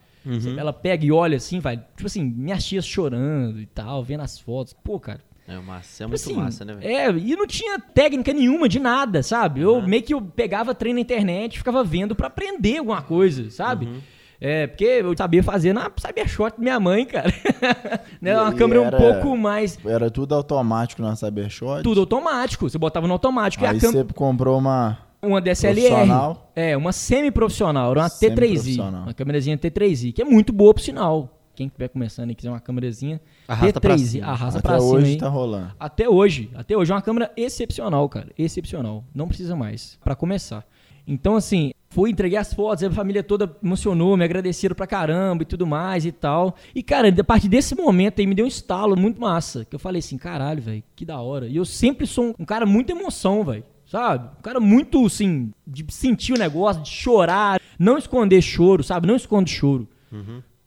Cê- Ela pega e olha assim, vai, tipo assim, minhas tias chorando e tal, vendo as fotos. Pô, cara,
É, massa, é
Tipo
muito
assim,
massa, né, velho?
É, e não tinha técnica nenhuma de nada, sabe? Eu meio que eu pegava treino na internet, ficava vendo pra aprender alguma coisa, sabe?
Uhum.
É, porque eu sabia fazer, na, sabia shot da minha mãe, cara. (laughs) né, uma
E
câmera
era-
um pouco mais.
Era tudo automático na Cybershot.
Tudo automático, você botava no automático. e
Aí
a câmera.
você comprou uma.
Uma DSLR.
Profissional.
É, uma semi-profissional. Era uma T3i.
Semiprofissional.
Uma câmerazinha T3i, que é muito boa pro sinal. Quem estiver começando e quiser uma câmerazinha
Arrasta pra
T3i,
cima.
arrasta
Até
pra cima.
hoje
aí.
tá rolando.
Até hoje, até hoje é uma câmera excepcional, cara, excepcional. Não precisa mais pra começar. Então assim, fui entreguei as fotos, a família toda emocionou, me agradeceram pra caramba e tudo mais e tal. E cara, a partir desse momento aí me deu um estalo muito massa, que eu falei assim, caralho, velho, que da hora. E eu sempre sou um- um cara muito emoção, velho. Sabe? Um cara muito, assim, de sentir o negócio, de chorar, não esconder choro, sabe? Não esconde choro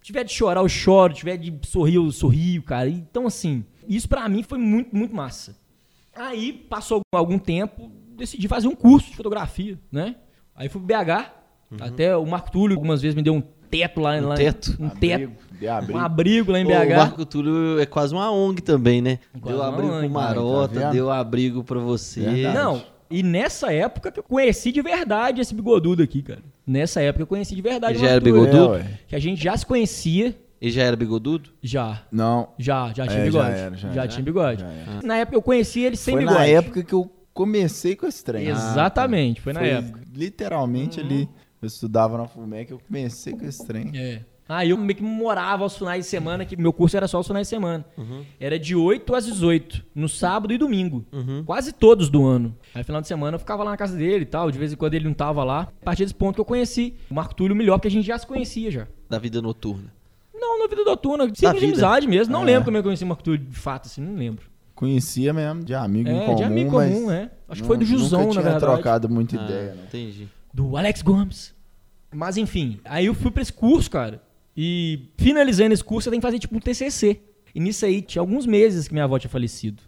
tiver de chorar, eu choro, tiver de sorrir, eu sorrio, cara. Então, assim, isso pra mim foi muito, muito massa. Aí, passou algum tempo, decidi fazer um curso de fotografia, né? Aí fui pro BH, até o Marco Túlio algumas vezes me deu um teto lá.
Uhum. Um
lá-
teto?
Um teto.
De abrigo.
Um abrigo lá em
O
BH.
Marco Túlio é quase uma ONG também, né?
Quase
deu
uma
abrigo
ONG,
pro
tá
Marota,
vendo?
deu abrigo pra você.
Verdade.
Não, e nessa época que eu conheci de verdade esse bigodudo aqui, cara. Nessa época eu conheci de verdade
Ele já era
Túlio.
bigodudo?
É, ué.
Que a gente já se conhecia,
Ele já era bigodudo?
já.
Não.
Já, já tinha
É, já
bigode. Já,
era, já era.
tinha bigode.
Já era.
Na época eu conheci ele sem
Foi
bigode.
na época que eu comecei com esse trem.
Exatamente, foi na
Foi
época. Uhum.
Literalmente ali. Eu estudava na FUMEC, eu comecei com esse trem.
É. Aí eu meio que morava aos finais de semana, que meu curso era só aos finais de semana. Era de 8 às 18, no sábado e domingo. Quase todos do ano. Aí final de semana eu ficava lá na casa dele e tal, de vez em quando ele não tava lá. A partir desse ponto que eu conheci o Marco Túlio melhor, porque a gente já se conhecia já.
Da vida noturna.
Não, na vida noturna, sempre de
vida.
amizade mesmo. Não
É.
lembro como eu conheci o Marco Túlio de fato, assim, não lembro.
Conhecia mesmo, de amigo em
é,
comum.
de amigo
mas
comum, é. Acho que foi do
nu-
Jusão,
nunca
na
tinha
verdade. Ah.
trocado muita ideia, né?
Ah, Entendi.
do Alex Gomes. Mas enfim, aí eu fui pra esse curso, cara. E finalizando esse curso, você tem que fazer tipo um TCC. E nisso aí tinha alguns meses que minha avó tinha falecido.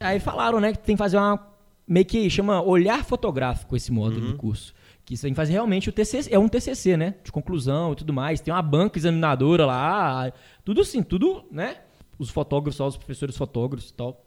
Aí falaram, né, que tem que fazer uma meio que chama olhar fotográfico esse módulo do curso. Que você tem que fazer realmente o TCC, é um TCC, né, de conclusão e tudo mais. Tem uma banca examinadora lá, tudo assim, tudo, né? Os fotógrafos, lá, os professores fotógrafos e tal.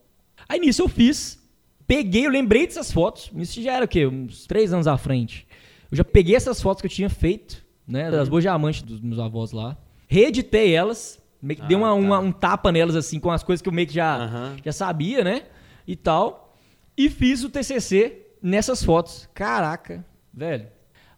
Aí nisso eu fiz, peguei, eu lembrei dessas fotos. Isso já era o quê? Uns três anos à frente. Eu já peguei essas fotos que eu tinha feito, né? Das boas diamantes dos meus avós lá. Reeditei elas, meio que dei uma,
tá.
uma- um tapa nelas, assim, com as coisas que eu meio que já,
Aham.
já sabia, né? E tal. E fiz o TCC nessas fotos. Caraca, velho.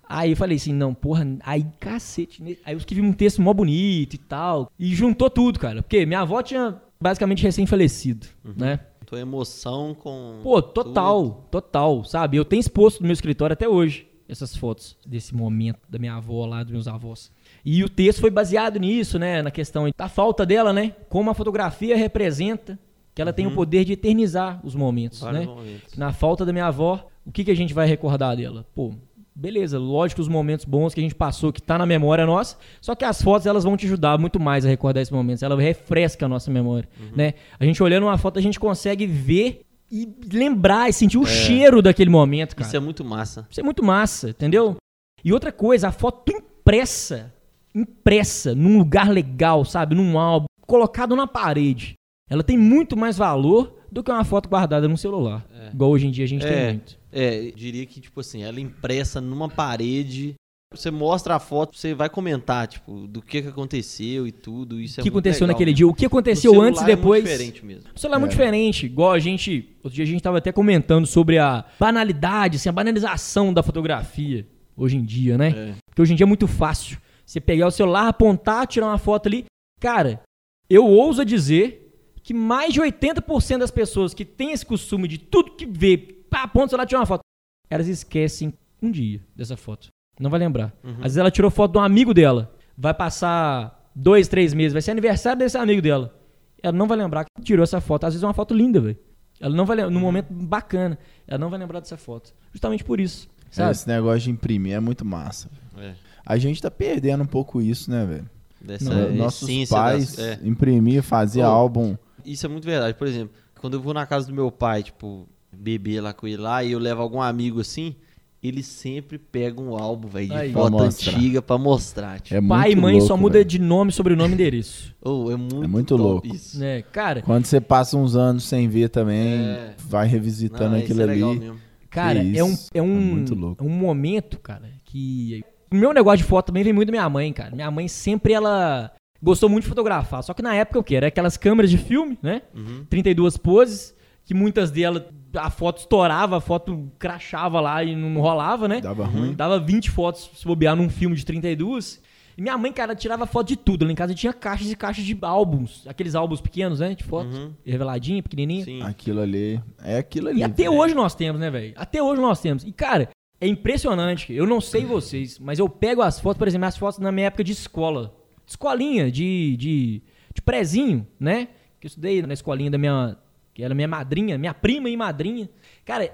Aí eu falei assim, não, porra, aí cacete. né? Aí eu escrevi um texto mó bonito e tal. E juntou tudo, cara. Porque minha avó tinha basicamente recém-falecido, né?
Tua emoção com.
Pô, total, total, sabe? Eu tenho exposto no meu escritório até hoje essas fotos desse momento da minha avó lá, dos meus avós. E o texto foi baseado nisso, né? Na questão da falta dela, né? Como a fotografia representa que ela tem o poder de eternizar os momentos,
Vários
né?
momentos.
Na falta da minha avó, o que, que a gente vai recordar dela? Pô, beleza, lógico os momentos bons que a gente passou, que tá na memória nossa, só que as fotos elas vão te ajudar muito mais a recordar esses momentos, ela refresca a nossa memória, né? A gente olhando uma foto, a gente consegue ver e lembrar e sentir o cheiro daquele momento, cara.
Isso é muito massa.
Isso é muito massa, entendeu? E outra coisa, a foto impressa, impressa num lugar legal, sabe? Num álbum, colocado na parede. Ela tem muito mais valor do que uma foto guardada num celular. Igual hoje em dia a gente tem
É.
muito.
É, eu diria que, tipo assim, ela impressa numa parede Você mostra a foto, você vai comentar, tipo, do que, que aconteceu e tudo. Isso
O
é
que
muito
aconteceu
legal,
naquele
né?
dia? O que aconteceu
No
antes e
celular é muito
depois?
diferente mesmo.
O celular é muito diferente, igual a gente. Outro dia a gente tava até comentando sobre a banalidade, assim, a banalização da fotografia hoje em dia, né?
É.
Porque hoje em dia é muito fácil. Você pegar o celular, apontar, tirar uma foto ali. Cara, eu ouso dizer que mais de 80% das pessoas que têm esse costume de tudo que vê, pá, aponta o celular, tira uma foto, elas esquecem um dia dessa foto. Não vai lembrar. Às vezes ela tirou foto de um amigo dela. Vai passar dois, três meses, vai ser aniversário desse amigo dela. Ela não vai lembrar que tirou essa foto. Às vezes é uma foto linda, velho. Ela não vai lembrar, num momento bacana, ela não vai lembrar dessa foto. Justamente por isso. Sabe?
Esse negócio de imprimir é muito massa.
É.
A gente tá perdendo um pouco isso, né, velho?
Dessa
No- Nossos
essência
pais
das- é.
imprimir, fazer
Ô.
álbum.
Isso é muito verdade. Por exemplo, quando eu vou na casa do meu pai, tipo, beber lá com ele lá, e eu levo algum amigo assim, ele sempre pega um álbum, velho, de
Aí.
foto
Pra mostrar.
antiga pra mostrar. Tipo.
É
Pai e
muito
mãe só
louco,
muda
velho.
de nome, sobrenome e endereço.
Ô, é muito,
É muito
top
louco.
Isso.
né? Cara,
Quando você passa uns anos sem ver também,
É.
vai revisitando
Não, isso
aquilo
é
ali.
legal mesmo.
cara,
Que
é um
isso,
é um
é muito louco.
é um momento, cara, que o meu negócio de foto também vem muito da minha mãe, cara. Minha mãe sempre ela gostou muito de fotografar, só que na época o que era aquelas câmeras de filme, né? 32 poses, que muitas delas a foto estourava, a foto crachava lá e não rolava, né?
Dava ruim.
Dava 20 fotos se bobear num filme de 32. E minha mãe, cara, tirava foto de tudo. Lá em casa tinha caixas e caixas de álbuns. Aqueles álbuns pequenos, né? De fotos. Reveladinha, pequenininha.
Sim.
Aquilo ali. É aquilo ali.
E até
velho.
hoje nós temos, né, velho? Até hoje nós temos. E, cara, é impressionante. Eu não sei vocês, mas eu pego as fotos, por exemplo, as fotos na minha época de escola. De escolinha, de, de, de prezinho, né? Que eu estudei na escolinha da minha. Que era minha madrinha, minha prima e madrinha. Cara,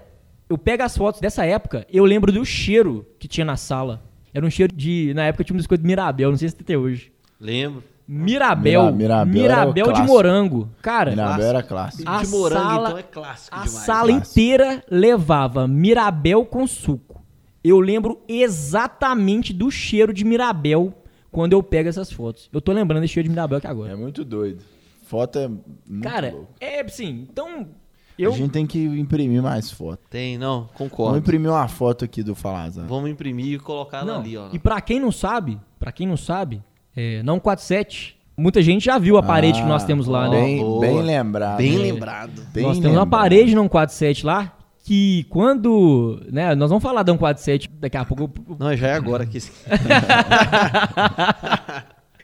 eu pego as fotos dessa época, eu lembro do cheiro que tinha na sala. Era um cheiro de. Na época tinha um biscoito de Mirabel, não sei se tem até hoje.
Lembro.
Mirabel.
Mira- Mirabel era o
Mirabel de
clássico.
morango. Cara.
Mirabel era clássico.
A
de morango,
sala-
então, é clássico
A
demais.
sala
Márcio.
inteira levava Mirabel com suco. Eu lembro exatamente do cheiro de Mirabel quando eu pego essas fotos. Eu tô lembrando desse cheiro de Mirabel aqui agora.
É muito doido. Foto é muito
Cara,
louco.
é assim, então eu
A gente tem que imprimir mais foto.
Tem, não,
Vamos
concordo.
imprimir uma foto aqui do Falazar.
Vamos imprimir e colocar ela
não.
ali, ó.
E pra quem não sabe, pra quem não sabe, é, não 47. Muita gente já viu a parede que nós temos lá, né?
Ah,
É.
bem,
Boa.
Bem lembrado.
Bem
né?
lembrado.
Bem
nós temos uma
lembrado.
parede não 47 lá que quando, né, nós vamos falar da 147 daqui a pouco, eu-
Não, já é agora que
(laughs)
esse-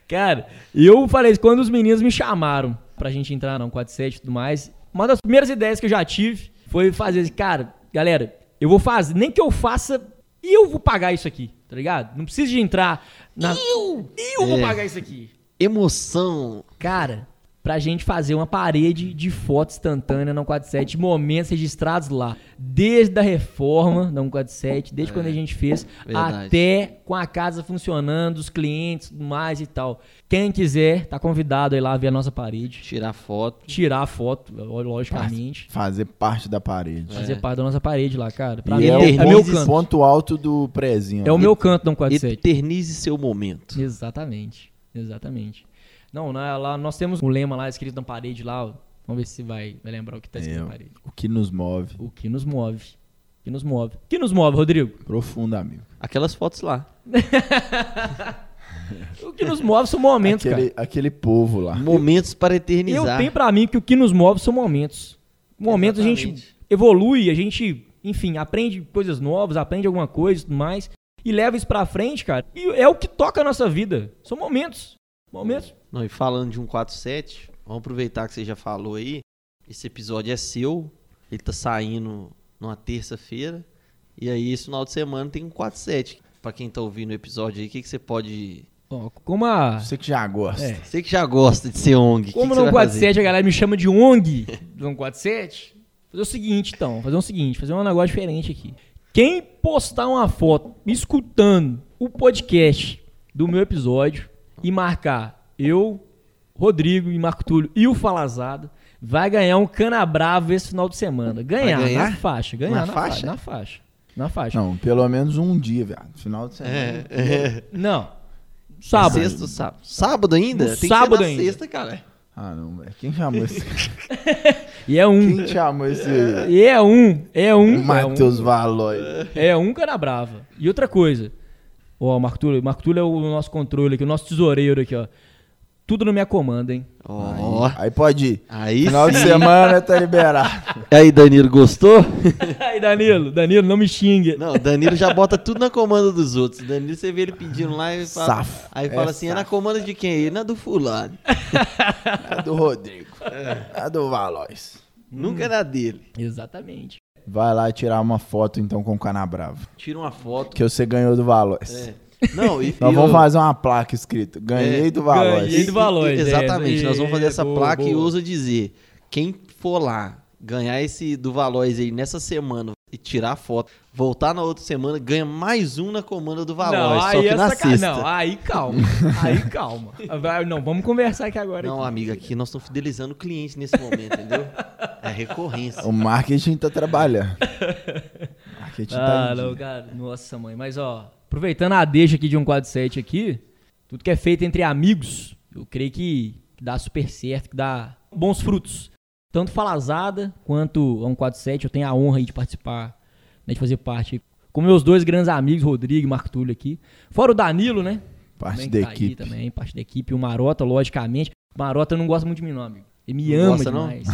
Cara, eu falei isso quando os meninos me chamaram pra gente entrar na 47 e tudo mais. Uma das primeiras ideias que eu já tive foi fazer assim, cara, galera, eu vou fazer, nem que eu faça, eu vou pagar isso aqui, tá ligado? Não precisa de entrar na. Eu! Eu vou
É.
pagar isso aqui.
emoção.
Cara, pra gente fazer uma parede de foto instantânea na 147, momentos registrados lá. Desde a reforma da 147, desde quando a gente fez,
verdade.
até com a casa funcionando, os clientes, tudo mais e tal. Quem quiser, tá convidado aí lá ver a nossa parede,
Tirar foto.
tirar a foto, logicamente.
Fazer parte da parede.
Fazer parte da nossa parede lá, cara. É. Pra
E
mim
é,
é,
o
ter-
é
ponto-
meu canto.
ponto alto do prezinho.
É o meu canto da 147.
Eternize seu momento.
Exatamente, exatamente. Não, na- lá, nós temos um lema lá escrito na parede lá. ó. Vamos ver se vai, vai lembrar o que tá escrito
É,
na parede.
o que nos move.
O que nos move. O que nos move. O que nos move, Rodrigo?
Profundo, amigo.
Aquelas fotos lá.
O que nos move são momentos,
Aquele,
cara.
aquele povo lá.
Momentos para
Ah, Eu
eternizar.
tenho pra mim que o que nos move são momentos. Momentos a gente
Exatamente.
evolui, a gente, enfim, aprende coisas novas, aprende alguma coisa e tudo mais. E leva isso pra frente, cara. E é o que toca a nossa vida. São momentos. Momentos.
Não, e falando de 147, vamos aproveitar que você já falou aí. Esse episódio é seu. Ele tá saindo numa terça-feira. E aí, esse final de semana tem um 47. Pra quem tá ouvindo o episódio aí, o que, que você pode.
Ó, como a.
Você que já gosta.
É.
Você que já gosta de ser ONG. o
Como
que
no
que você vai fazer?
147 a galera me chama de ONG do 147, fazer o seguinte então, fazer o seguinte, fazer um negócio diferente aqui. Quem postar uma foto me escutando o podcast do meu episódio e marcar eu, Rodrigo e Marco Túlio e o Falazada, vai ganhar um cana bravo esse final de semana. Ganhar,
ganhar?
na faixa, ganhar na,
Na
faixa?
faixa?
na faixa. Na faixa.
Não, pelo menos um dia, viado. Final de semana.
É. (laughs)
Não. Sábado.
Sexta, ou sábado. Sábado ainda?
No
tem que ser
sábado
na
ainda.
sexta, cara.
Ah, não, velho. Quem chamou esse. (laughs)
E é um.
Quem chamou esse.
E é um. É um. é um.
Matheus Valoy?
É um cara brava. E outra coisa, Ó, o Marco Túlio, o Marco Túlio é o nosso controle aqui, o nosso tesoureiro aqui, ó. Tudo na minha comanda, (laughs) hein?
Ó.
Aí pode ir.
Aí
Final de
sim.
semana
(laughs)
tá liberado.
Aí, Danilo, gostou?
Aí, Danilo, Danilo, não me
(laughs)
xingue.
Não, Danilo já bota tudo na comanda dos outros. Danilo, você vê ele pedindo lá e fala.
Safo.
Aí
É
fala assim: é na comanda de quem? Ele, na do fulano.
A É do Rodrigo.
É.
A do Valois.
Nunca é na dele.
Exatamente.
Vai lá tirar uma foto então com o Canabrava.
Tira uma foto.
Que você ganhou do Valois.
É. Não, e,
Nós
e
vamos
o-
fazer uma placa escrita. Ganhei
É,
do Valois.
ganhei do Valois,
Exatamente,
é,
nós vamos fazer
é,
essa
boa,
placa e
boa.
ouso dizer: quem for lá ganhar esse do Valois aí nessa semana e tirar a foto, voltar na outra semana, ganha mais um na comanda do Valois. Só que
é
na
saca-
sexta.
Não, aí (laughs) calma. Aí calma. Vai, não, vamos conversar aqui agora. então.
Não,
aqui.
amiga, aqui nós estamos fidelizando o cliente nesse momento, entendeu? É recorrência.
O marketing tá
(laughs)
trabalhando. Marketing tá.
Ah, não, cara. Nossa, mãe. Mas, ó, aproveitando a deixa aqui de 147 aqui, tudo que é feito entre amigos, eu creio que dá super certo, que dá bons frutos. Tanto Falazada quanto a 147, eu tenho a honra aí de participar, né, de fazer parte com meus dois grandes amigos, Rodrigo e Marco Túlio aqui. Fora o Danilo, né?
Parte
Também
da
que tá aí
equipe.
também, parte da equipe. O Marota, logicamente. O Marota não gosta muito de mim, não, amigo. Ele me
Não
ama
gosta, não?
demais.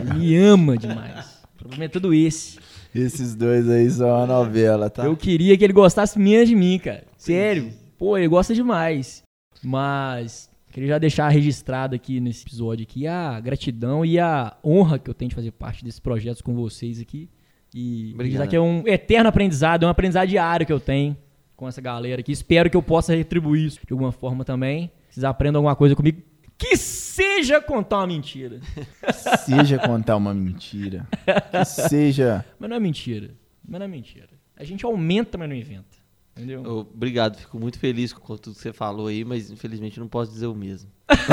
Ele me
(laughs)
ama demais. O problema é todo esse.
Esses dois aí são uma novela, tá?
Eu queria que ele gostasse menos de mim, cara. Sério. Pô, ele gosta demais. Mas queria já deixar registrado aqui nesse episódio aqui a gratidão e a honra que eu tenho de fazer parte desses projetos com vocês aqui. E
Obrigado.
já que é um eterno aprendizado, é um aprendizado diário que eu tenho com essa galera aqui. Espero que eu possa retribuir isso de alguma forma também. Vocês aprendam alguma coisa comigo. Que seja contar uma mentira.
Seja contar uma mentira. Que seja.
Mas não é mentira. Mas não é mentira. A gente aumenta, mas não inventa. Entendeu?
Obrigado, fico muito feliz com tudo que você falou aí, mas infelizmente não posso dizer o mesmo. (laughs)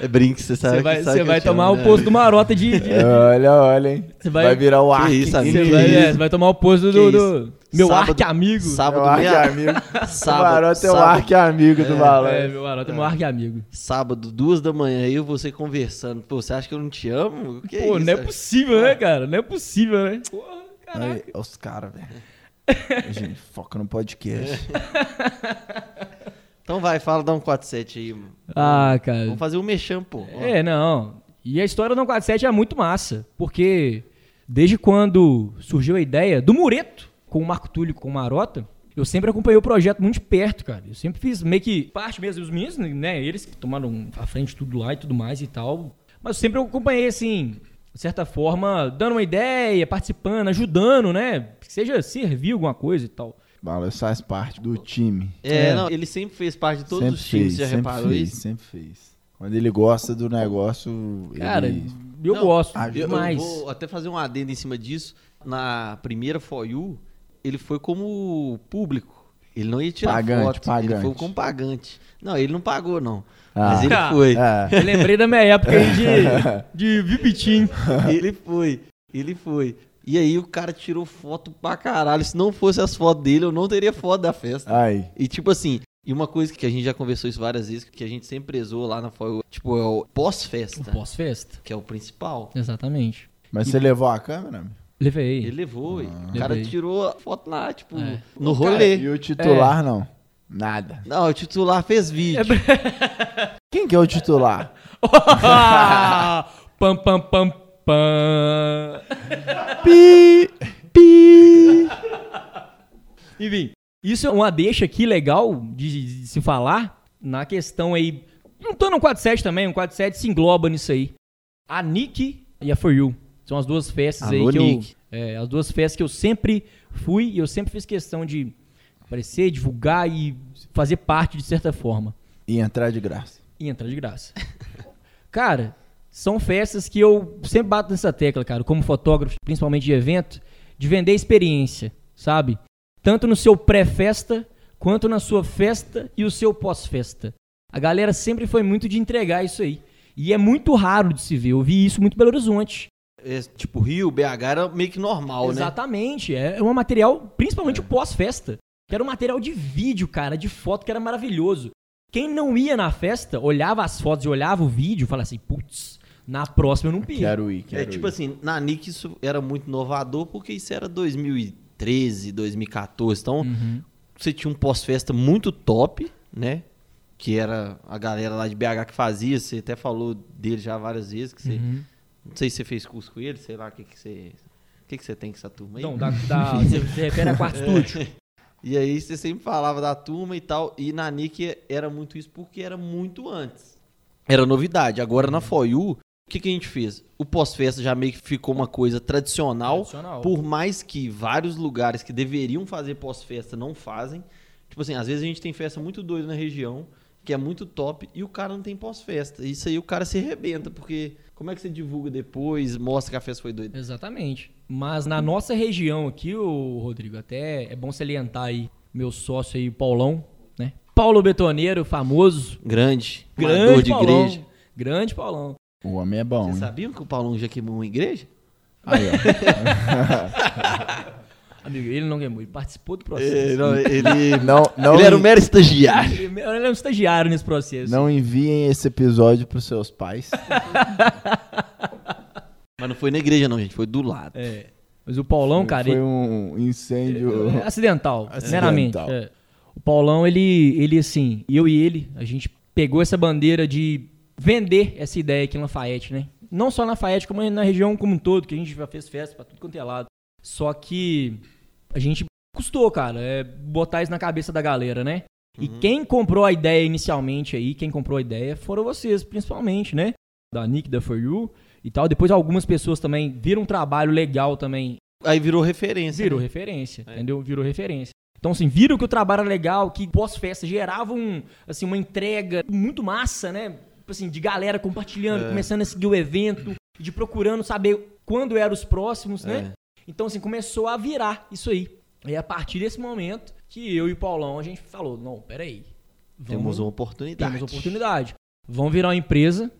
é brinque, você sabe
Você
que-
vai,
sabe
você
que
vai
eu te amo,
tomar o
né?
posto do Marota de. de-
É, Olha, olha, hein?
Você vai-
vai, virar o arco.
(laughs)
isso, amigo.
você,
que
vai, é,
isso?
você vai tomar o posto do,
Que
do
isso?
meu
Sábado-
arque-amigo.
Sábado,
É o
meia-
arque-amigo. o
sábado,
Maroto é o
sábado,
arque amigo do Valor.
É, meu Marota é meu arque-amigo.
sábado, duas da manhã, eu e você conversando. Pô, você acha que eu não te amo? Que
Pô,
isso?
não é possível, né, cara? Não é possível, né? Porra, caraca.
Aí, é os caras, velho. A gente foca no podcast.
É. Então vai, fala, dá um 4-7 aí, mano.
Ah, cara.
Vamos fazer um mexão, pô. Ó,
É, não. E a história do 147 é muito massa, porque desde quando surgiu a ideia do Mureto com o Marco Túlio e com o Marota, eu sempre acompanhei o projeto muito de perto, cara. Eu sempre fiz meio que parte mesmo dos meninos, né? Eles que tomaram a frente de tudo lá e tudo mais e tal. Mas eu sempre acompanhei, assim, de certa forma, dando uma ideia, participando, ajudando, né? Que seja servir alguma coisa e tal.
Valor faz parte do time.
É,
É.
não, ele sempre fez parte de todos
sempre
os times,
fez,
você já
sempre
reparou
fez,
isso?
Sempre fez. Quando ele gosta do negócio,
Cara,
ele...
eu
Não,
gosto
Eu, eu
demais.
vou até fazer um adendo em cima disso. Na primeira FOIU, ele foi como público. Ele não ia tirar
Pagante,
foto, ele
pagante.
foi como pagante. Não, ele não pagou, não.
Ah.
(laughs)
Mas ele
Ah.
foi.
(laughs) É.
Eu lembrei da minha época aí de, de Vipitim.
Ele foi. Ele foi. E aí o cara tirou foto pra caralho. Se não fosse as fotos dele, eu não teria foto da festa.
Aí,
E tipo assim, e uma coisa que a gente já conversou isso várias vezes, que a gente sempre prezou lá na FOIU, tipo, é o pós-festa,
Pós-festa.
que é o principal.
Exatamente.
mas você levou a câmera? meu?
Levei.
Ele levou, e o cara
Levei.
tirou a foto lá, tipo,
É.
no rolê.
E o titular, não? Nada.
Não, o titular fez vídeo.
Quem que é o
(laughs)
titular?
(laughs) pam, pam, pam, pam.
Pi! Pi!
Enfim, isso é uma deixa aqui legal de, de se falar na questão aí. Não tô no 47 também, o 47 se engloba nisso aí. A Nick e a For You. São as duas festas
Alô,
aí que
Nick.
eu. É, as duas festas que eu sempre fui e eu sempre fiz questão de aparecer, divulgar e fazer parte de certa forma.
E entrar de graça.
e entrar de graça. cara, são festas que eu sempre bato nessa tecla, cara, como fotógrafo, principalmente de evento, de vender experiência, sabe? Tanto no seu pré-festa, quanto na sua festa e o seu pós-festa. A galera sempre foi muito de entregar isso aí. E é muito raro de se ver. Eu vi isso muito em Belo Horizonte.
É, tipo, Rio, BH era meio que normal, né?
Exatamente. É um material, principalmente o pós-festa. Que era um material de vídeo, cara, de foto, que era maravilhoso. Quem não ia na festa, olhava as fotos e olhava o vídeo, falava assim, putz, Na próxima eu não piro.
Quero ir, quero
É tipo
ir.
assim, na Nick isso era muito inovador porque isso era 2013, 2014. Então
Hum.
você tinha um pós-festa muito top, né? Que era a galera lá de BH que fazia. Você até falou dele já várias vezes. Que você,
Uhum.
Não sei se você fez curso com ele, sei lá o que, que você. O que, que você tem com essa turma aí?
Não, da, da, você, você refere a
É,
quarto estúdio.
E aí você sempre falava da turma e tal. E na Nick era muito isso porque era muito antes. Era novidade. Agora
Uhum.
na FOIU, o que, que a gente fez? O pós-festa já meio que ficou uma coisa tradicional.
Tradicional.
Por mais que vários lugares que deveriam fazer pós-festa não fazem. Tipo assim, às vezes a gente tem festa muito doida na região, que é muito top, e o cara não tem pós-festa. Isso aí o cara se arrebenta, porque como é que você divulga depois, mostra que a festa foi doida?
Exatamente. Mas na nossa região aqui, o Rodrigo, até é bom salientar aí meu sócio aí, o Paulão, né? Paulo Betoneiro, famoso,
Grande,
grande
grande de
Paulão,
igreja.
Grande Paulão.
O homem é bom,
Vocês
hein?
sabiam que o Paulão já queimou uma igreja?
Aí,
(laughs)
ó.
Amigo, ele não queimou, ele participou do
É,
processo.
não, ele,
(laughs) Não, não,
ele era um
en-
mero estagiário.
Ele, ele é um estagiário nesse processo.
não enviem esse episódio pros seus pais.
Mas não foi na igreja, não, gente. Foi do lado.
É. Mas o Paulão, cara,
Foi
ele-
um incêndio.
É acidental,
Acidental.
meramente. é. O Paulão, ele, ele assim, eu e ele, a gente pegou essa bandeira de vender essa ideia aqui em Lafayette, né? Não só na Lafayette, como na região como um todo, que a gente já fez festa pra tudo quanto é lado. Só que a gente custou, cara, é botar isso na cabeça da galera, né? E quem comprou a ideia inicialmente aí, quem comprou a ideia foram vocês, principalmente, né? Da Nick, da For You e tal. Depois algumas pessoas também viram um trabalho legal também
Aí virou referência.
Virou
né?
referência,
É.
entendeu? Virou referência. Então, assim, viram que o trabalho era legal, que pós-festa gerava um, assim, uma entrega muito massa, né? Tipo Assim, de galera compartilhando,
É.
começando a seguir o evento, de procurando saber quando eram os próximos, né? Então, assim, começou a virar isso aí. E é a partir desse momento que eu e o Paulão, a gente falou, não, peraí.
É. Temos
Vamos,
uma oportunidade.
temos oportunidade. Vamos virar uma empresa,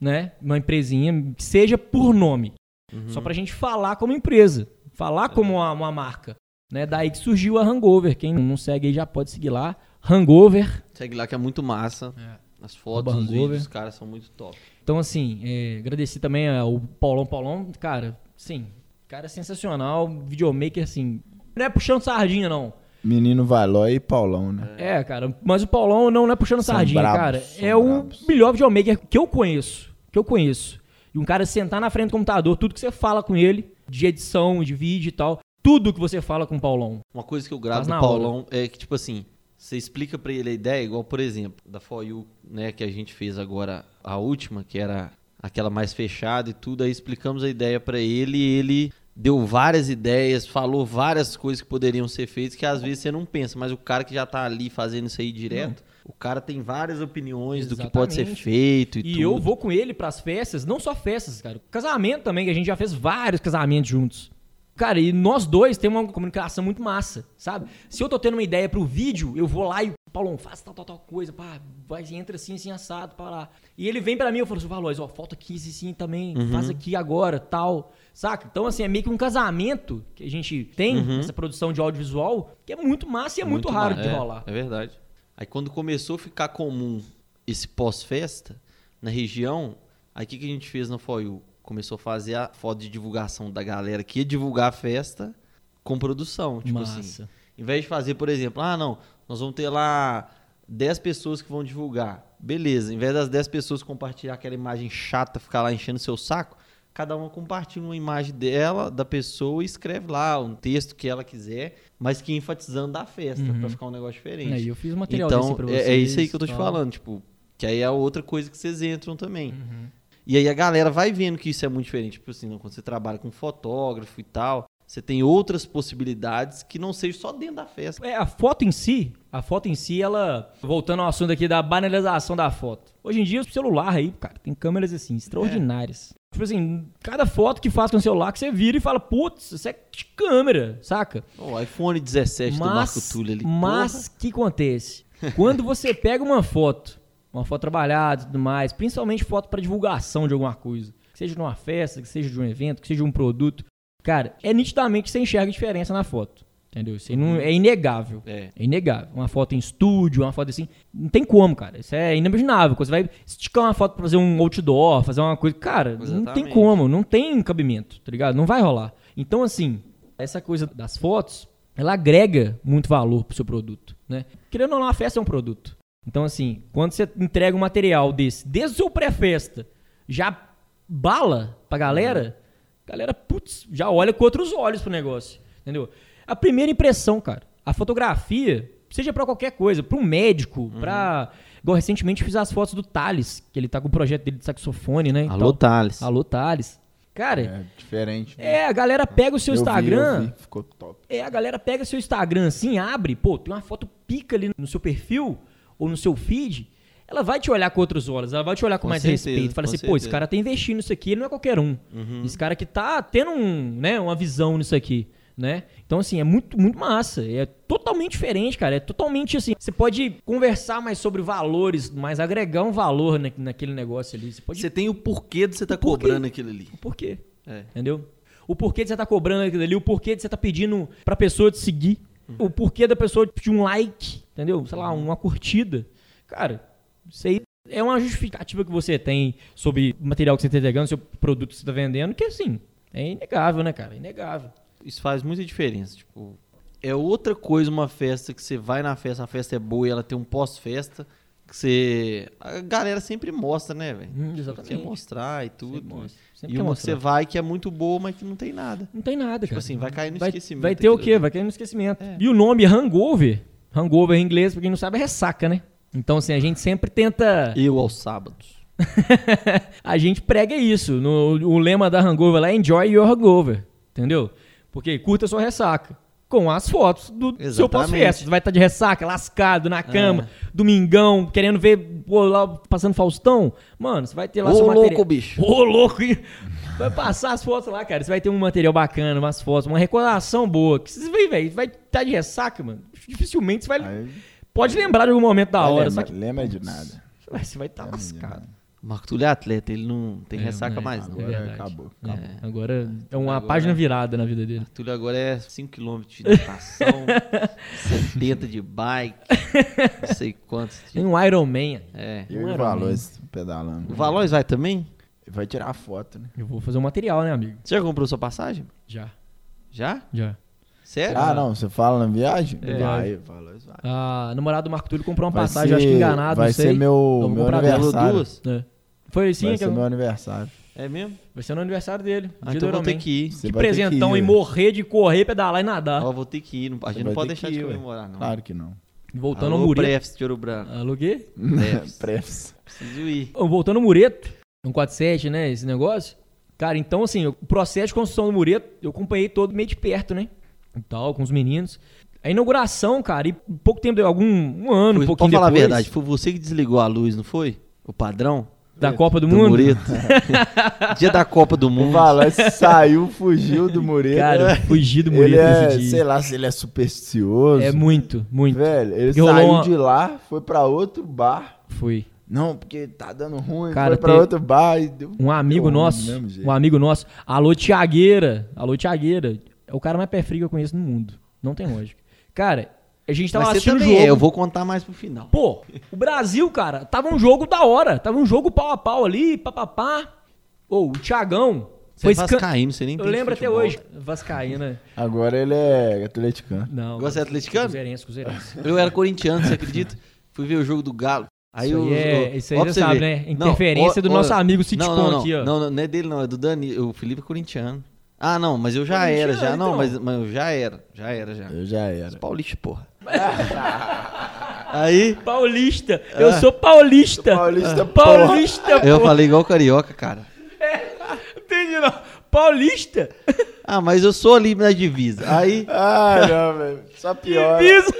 né? Uma empresinha, seja por nome.
Uhum. É.
Só pra gente falar como empresa, falar como uma, uma marca. Né? Daí que surgiu a Hangover. Quem não segue aí já pode seguir lá. Hangover.
Segue lá que é muito massa.
É.
As fotos,
Oba,
os
Hangover.
vídeos, os caras são muito top.
Então, assim, é, agradecer também ao Paulão Paulão. Cara, sim, cara sensacional. Videomaker, assim. Não é puxando sardinha, não.
Menino Valói e Paulão, né?
É, cara, mas o Paulão não, não é puxando
São
sardinha,
brabos,
cara.
são
É o
brabos.
melhor videomaker que eu conheço. Que eu conheço. E um cara sentar na frente do computador, tudo que você fala com ele, de edição, de vídeo e tal, tudo que você fala com o Paulão.
Uma coisa que eu gravo
Faz
do
na
Paulão é que, tipo assim, você explica pra ele a ideia, igual, por exemplo, da For You, né, que a gente fez agora, a última, que era aquela mais fechada e tudo, aí explicamos a ideia pra ele e ele deu várias ideias, falou várias coisas que poderiam ser feitas que às vezes você não pensa, mas o cara que já tá ali fazendo isso aí direto, o cara tem várias opiniões do que pode ser
Exatamente.
feito e,
E
tudo.
eu vou com ele pras festas, não só festas, cara. Casamento também, que a gente já fez vários casamentos juntos. Cara, e nós dois temos uma comunicação muito massa, sabe? Se eu tô tendo uma ideia pro vídeo, eu vou lá e, Paulão, faz tal, tal, tal coisa, pá, vai, entra assim, assim, assado, pá lá. E ele vem pra mim e fala assim, Valores, ó, falta 15 sim também,
Uhum.
faz aqui agora, tal, saca? Então, assim, é meio que um casamento que a gente tem, essa produção de audiovisual, que é muito massa e é muito, raro
Uhum. ma-
de
é,
rolar.
É verdade. Aí quando começou a ficar comum esse pós-festa na região, aí o que, que a gente fez na FOIU? Começou a fazer a foto de divulgação da galera que ia divulgar a festa com produção. Tipo assim,
massa.
em vez de fazer, por exemplo, ah, não, nós vamos ter lá 10 pessoas que vão divulgar. Beleza, em vez das 10 pessoas compartilhar aquela imagem chata, ficar lá enchendo seu saco, cada uma compartilha uma imagem dela, da pessoa, e escreve lá um texto que ela quiser, mas que enfatizando da festa, pra ficar um negócio diferente.
Aí eu fiz um material
então,
desse pra vocês.
é, é isso aí que eu tô te
tal.
falando, tipo, que aí é outra coisa que vocês entram também.
Uhum.
E aí a galera vai vendo que isso é muito diferente. Tipo assim, não, quando você trabalha com fotógrafo e tal, você tem outras possibilidades que não seja só dentro da festa.
É, a foto em si, a foto em si, ela. Voltando ao assunto aqui da banalização da foto. Hoje em dia, o celular aí, cara, tem câmeras assim, extraordinárias. Tipo assim, cada foto que faz com o celular que você vira e fala, putz, isso é de câmera, saca?
O iPhone 17 do É, Marco Túlio ali.
Mas que acontece? Quando você pega uma foto, uma foto trabalhada e tudo mais, principalmente foto pra divulgação de alguma coisa, que seja de uma festa, que seja de um evento, que seja de um produto, cara, é nitidamente que você enxerga a diferença na foto. Entendeu? Isso aí não, é inegável.
É.
É inegável. Uma foto em estúdio, uma foto assim. Não tem como, cara. Isso é inimaginável. Quando você vai esticar uma foto pra fazer um outdoor, fazer uma coisa. Cara, não tem
Exatamente.
como. Não tem cabimento, tá ligado? Não vai rolar. Então, assim, essa coisa das fotos, ela agrega muito valor pro seu produto, né? Querendo ou não, a festa é um produto. Então, assim, quando você entrega um material desse, desde o seu pré-festa, já bala pra galera, a galera, putz, já olha com outros olhos pro negócio, entendeu? A primeira impressão, cara, a fotografia, seja pra qualquer coisa, pra um médico,
Uhum.
pra... Igual recentemente fiz as fotos do Thales, que ele tá com o projeto dele de saxofone, né? e
Alô,
tal.
Thales.
Alô, Thales. Cara,
É diferente. né?
é. a galera pega o seu
Eu vi, eu
Instagram...
vi, ficou top.
É, a galera pega seu Instagram assim, abre, pô, tem uma foto pica ali no seu perfil ou no seu feed, ela vai te olhar com outros olhos, ela vai te olhar com,
Com
mais
certeza,
respeito. Fala
com
assim, pô, esse
certeza. Uhum.
cara tá investindo nisso aqui, ele não é qualquer um. Esse cara que tá tendo um, né, uma visão nisso aqui, né? Então, assim, é muito, muito massa. É totalmente diferente, cara. É totalmente assim. Você pode conversar mais sobre valores, mas agregar um valor na- naquele negócio ali. Você pode.
Você tem o porquê de você tá
porquê?
cobrando aquilo ali.
Por quê?
É.
Entendeu? O porquê de você tá cobrando aquilo ali, o porquê de você tá pedindo pra pessoa te seguir,
Uhum.
o porquê da pessoa te pedir um like, entendeu? Sei lá, uma curtida. Cara, isso aí é uma justificativa que você tem sobre o material que você tá entregando, seu produto que você tá vendendo, que assim, é inegável, né, cara? É inegável.
Isso faz muita diferença. Tipo, é outra coisa uma festa que você vai na festa, a festa é boa e ela tem um pós-festa. Que você. A galera sempre mostra, né, velho?
Hum,
Quer mostrar e tudo.
Sempre mostra. Sempre
E
quer
uma que
mostrar.
você vai que é muito boa, mas que não tem nada.
Não tem nada,
Tipo
cara.
assim, vai cair no
vai,
esquecimento.
vai ter o
aquilo
quê?
ali.
Vai cair no esquecimento.
É.
E o nome hangover, hangover em inglês, pra quem não sabe, é ressaca, né? Então, assim, a gente sempre tenta...
Eu aos sábados.
(laughs) a gente prega isso. No, o lema da Hangover lá é Enjoy Your Hangover. Entendeu? Porque curta sua ressaca. Com as fotos do seu
Exatamente. É.
pós-festa. Você vai estar de ressaca, lascado, na cama, domingão, querendo ver, pô, lá, passando Faustão. Mano, você vai ter lá
Ô,
seu material.
louco, bicho.
Ô, louco, hein? (laughs) Vai passar as fotos lá, cara. Você vai ter um material bacana, umas fotos, uma recordação boa. Que você vai, velho, vai estar de ressaca, mano. Dificilmente você vai...
Aí-
Pode lembrar de algum momento da
Vai
hora,
lembra-
só que
Lembra de nada.
você vai
É,
estar lascado.
Marco Túlio é atleta, ele não tem
É,
ressaca
né?
mais, não.
Agora
verdade.
acabou.
É,
acabou.
agora é uma
Agora-
página virada na vida dele.
Túlio agora é 5km de natação,
(laughs)
70 de bike, não sei quantos.
(laughs)
de-
Tem um Iron Man.
É.
Eu e
Não
o
era um
Valores pedalando.
O Valois vai também?
Vai tirar foto, né?
Eu vou fazer um material, né, amigo?
Você já comprou sua passagem?
Já,
Já?
já.
Sério?
Ah, não, você fala na viagem?
É.
Vai, o Valores vai.
A namorada do Marco Túlio comprou uma
Vai
passagem,
ser-
acho que enganado,
vai
não sei.
ser meu-
Eu vou
meu
comprar
Você
dela.
falou
aniversário.
duas?
É. Foi assim
Vai
que
ser
eu...
meu aniversário.
É mesmo?
vai ser no aniversário dele.
Ah,
dia
então
do
vou
Iron
ter
Man.
que ir.
Você
Que
vai ter que
presentão
ir,
e
velho.
correr, de correr, pedalar e nadar.
Ó, vou ter que ir. Ah, não- A gente
Vai
não pode
ter
deixar
que
de
ir, ué.
comemorar, não.
Claro que não.
Voltando ao
Alô,
Mureto.
Prefs de Ouro Branco.
Aluguei?
Ah, Prefs.
Prefs.
Preciso ir.
Voltando ao Mureto, um 47, né, esse negócio. Cara, então assim, o processo de construção do Mureto, eu acompanhei todo meio de perto, né? E tal, com os meninos. A inauguração, cara, e pouco tempo, deu algum um ano,
Foi,
um pouquinho
pode falar a
depois,
verdade, foi você que desligou a luz, não foi? O padrão?
da Copa do,
Do,
Mundo. (laughs)
Mureto. Dia da Copa do
O
Mundo.
Valores saiu, fugiu do Moreira.
Cara, eu fugi do
ele
Mureto
é, sei
esse dia.
lá se ele é supersticioso.
É muito, muito.
Velho, ele
E rolou
saiu
uma-
de lá, foi pra outro bar.
Foi.
Não, porque tá dando ruim,
Cara,
foi pra
teve-
outro bar e deu...
Um amigo
deu ruim
nosso,
do mesmo jeito.
um amigo nosso, alô Tiagueira, alô Tiagueira, é o cara mais pé frio que eu conheço no mundo. Não tem lógica. Cara, a gente tava
Mas você
assistindo o
também
jogo.
é, eu vou contar mais pro final.
Pô, o Brasil, cara, tava um jogo da hora. Tava um jogo pau a pau ali, papapá. Ô, o Thiagão.
Você é
escan-
vascaíno, você nem
Eu
entende
lembro até
futebol.
hoje. Vascaína.
Agora ele é atleticano.
Não.
Você é atleticano? (laughs)
Cruzeirense, Cruzeirense.
Eu era corintiano, você acredita? Fui ver o jogo do Galo. Aí
Isso
eu,
aí é-
ó,
isso aí
ó
já
pra você
sabe,
ver.
né? Interferência do nosso amigo Sitcom
não, não, não.
aqui, ó.
Não, não, não é dele não, é do Dani, o Felipe é corintiano. Ah, não, mas eu já
Corintiano,
era, já não,
então.
mas, mas eu já era, já era, já.
Eu já era.
Paulista, porra. Aí
Paulista. Eu sou paulista.
Paulista,
Paulista,
eu
pô.
falei igual o carioca, cara.
Entendi, não. Paulista.
Ah, mas eu sou ali na divisa. Aí,
Ah, não, velho. Só pior.
Isso.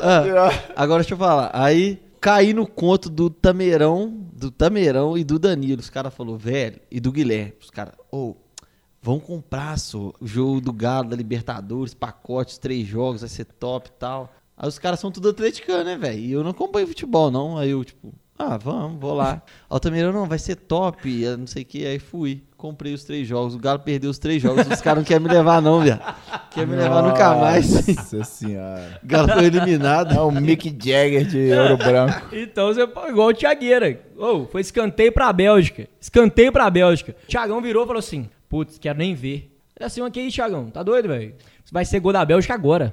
ah,
pior.
agora deixa eu falar. Aí caí no conto do Tameirão, do Tameirão e do Danilo. Os caras falaram, velho, e do Guilherme. Os caras, ô, vão comprar só, o jogo do Galo, da Libertadores, pacotes, três jogos, vai ser top e tal. Aí os caras são tudo atleticano, né, velho? E eu não acompanho futebol, não. Aí eu, tipo, ah, vamos, vou lá. Aí o Tameirão, não, vai ser top, eu não sei o que. Aí fui. comprei os três jogos. O Galo perdeu os três jogos. Os caras não querem me levar, não, velho. Quer me levar nunca mais. (laughs)
Nossa senhora.
O Galo foi eliminado.
É o Mick Jagger de ouro branco.
Então você pô, igual o Thiagueira. Ô, foi escanteio pra Bélgica. Escanteio pra Bélgica. Thiagão virou e falou assim: Putz, quero nem ver. Ele assim, mas que isso, Thiagão? Tá doido, velho? Vai ser gol da Bélgica agora.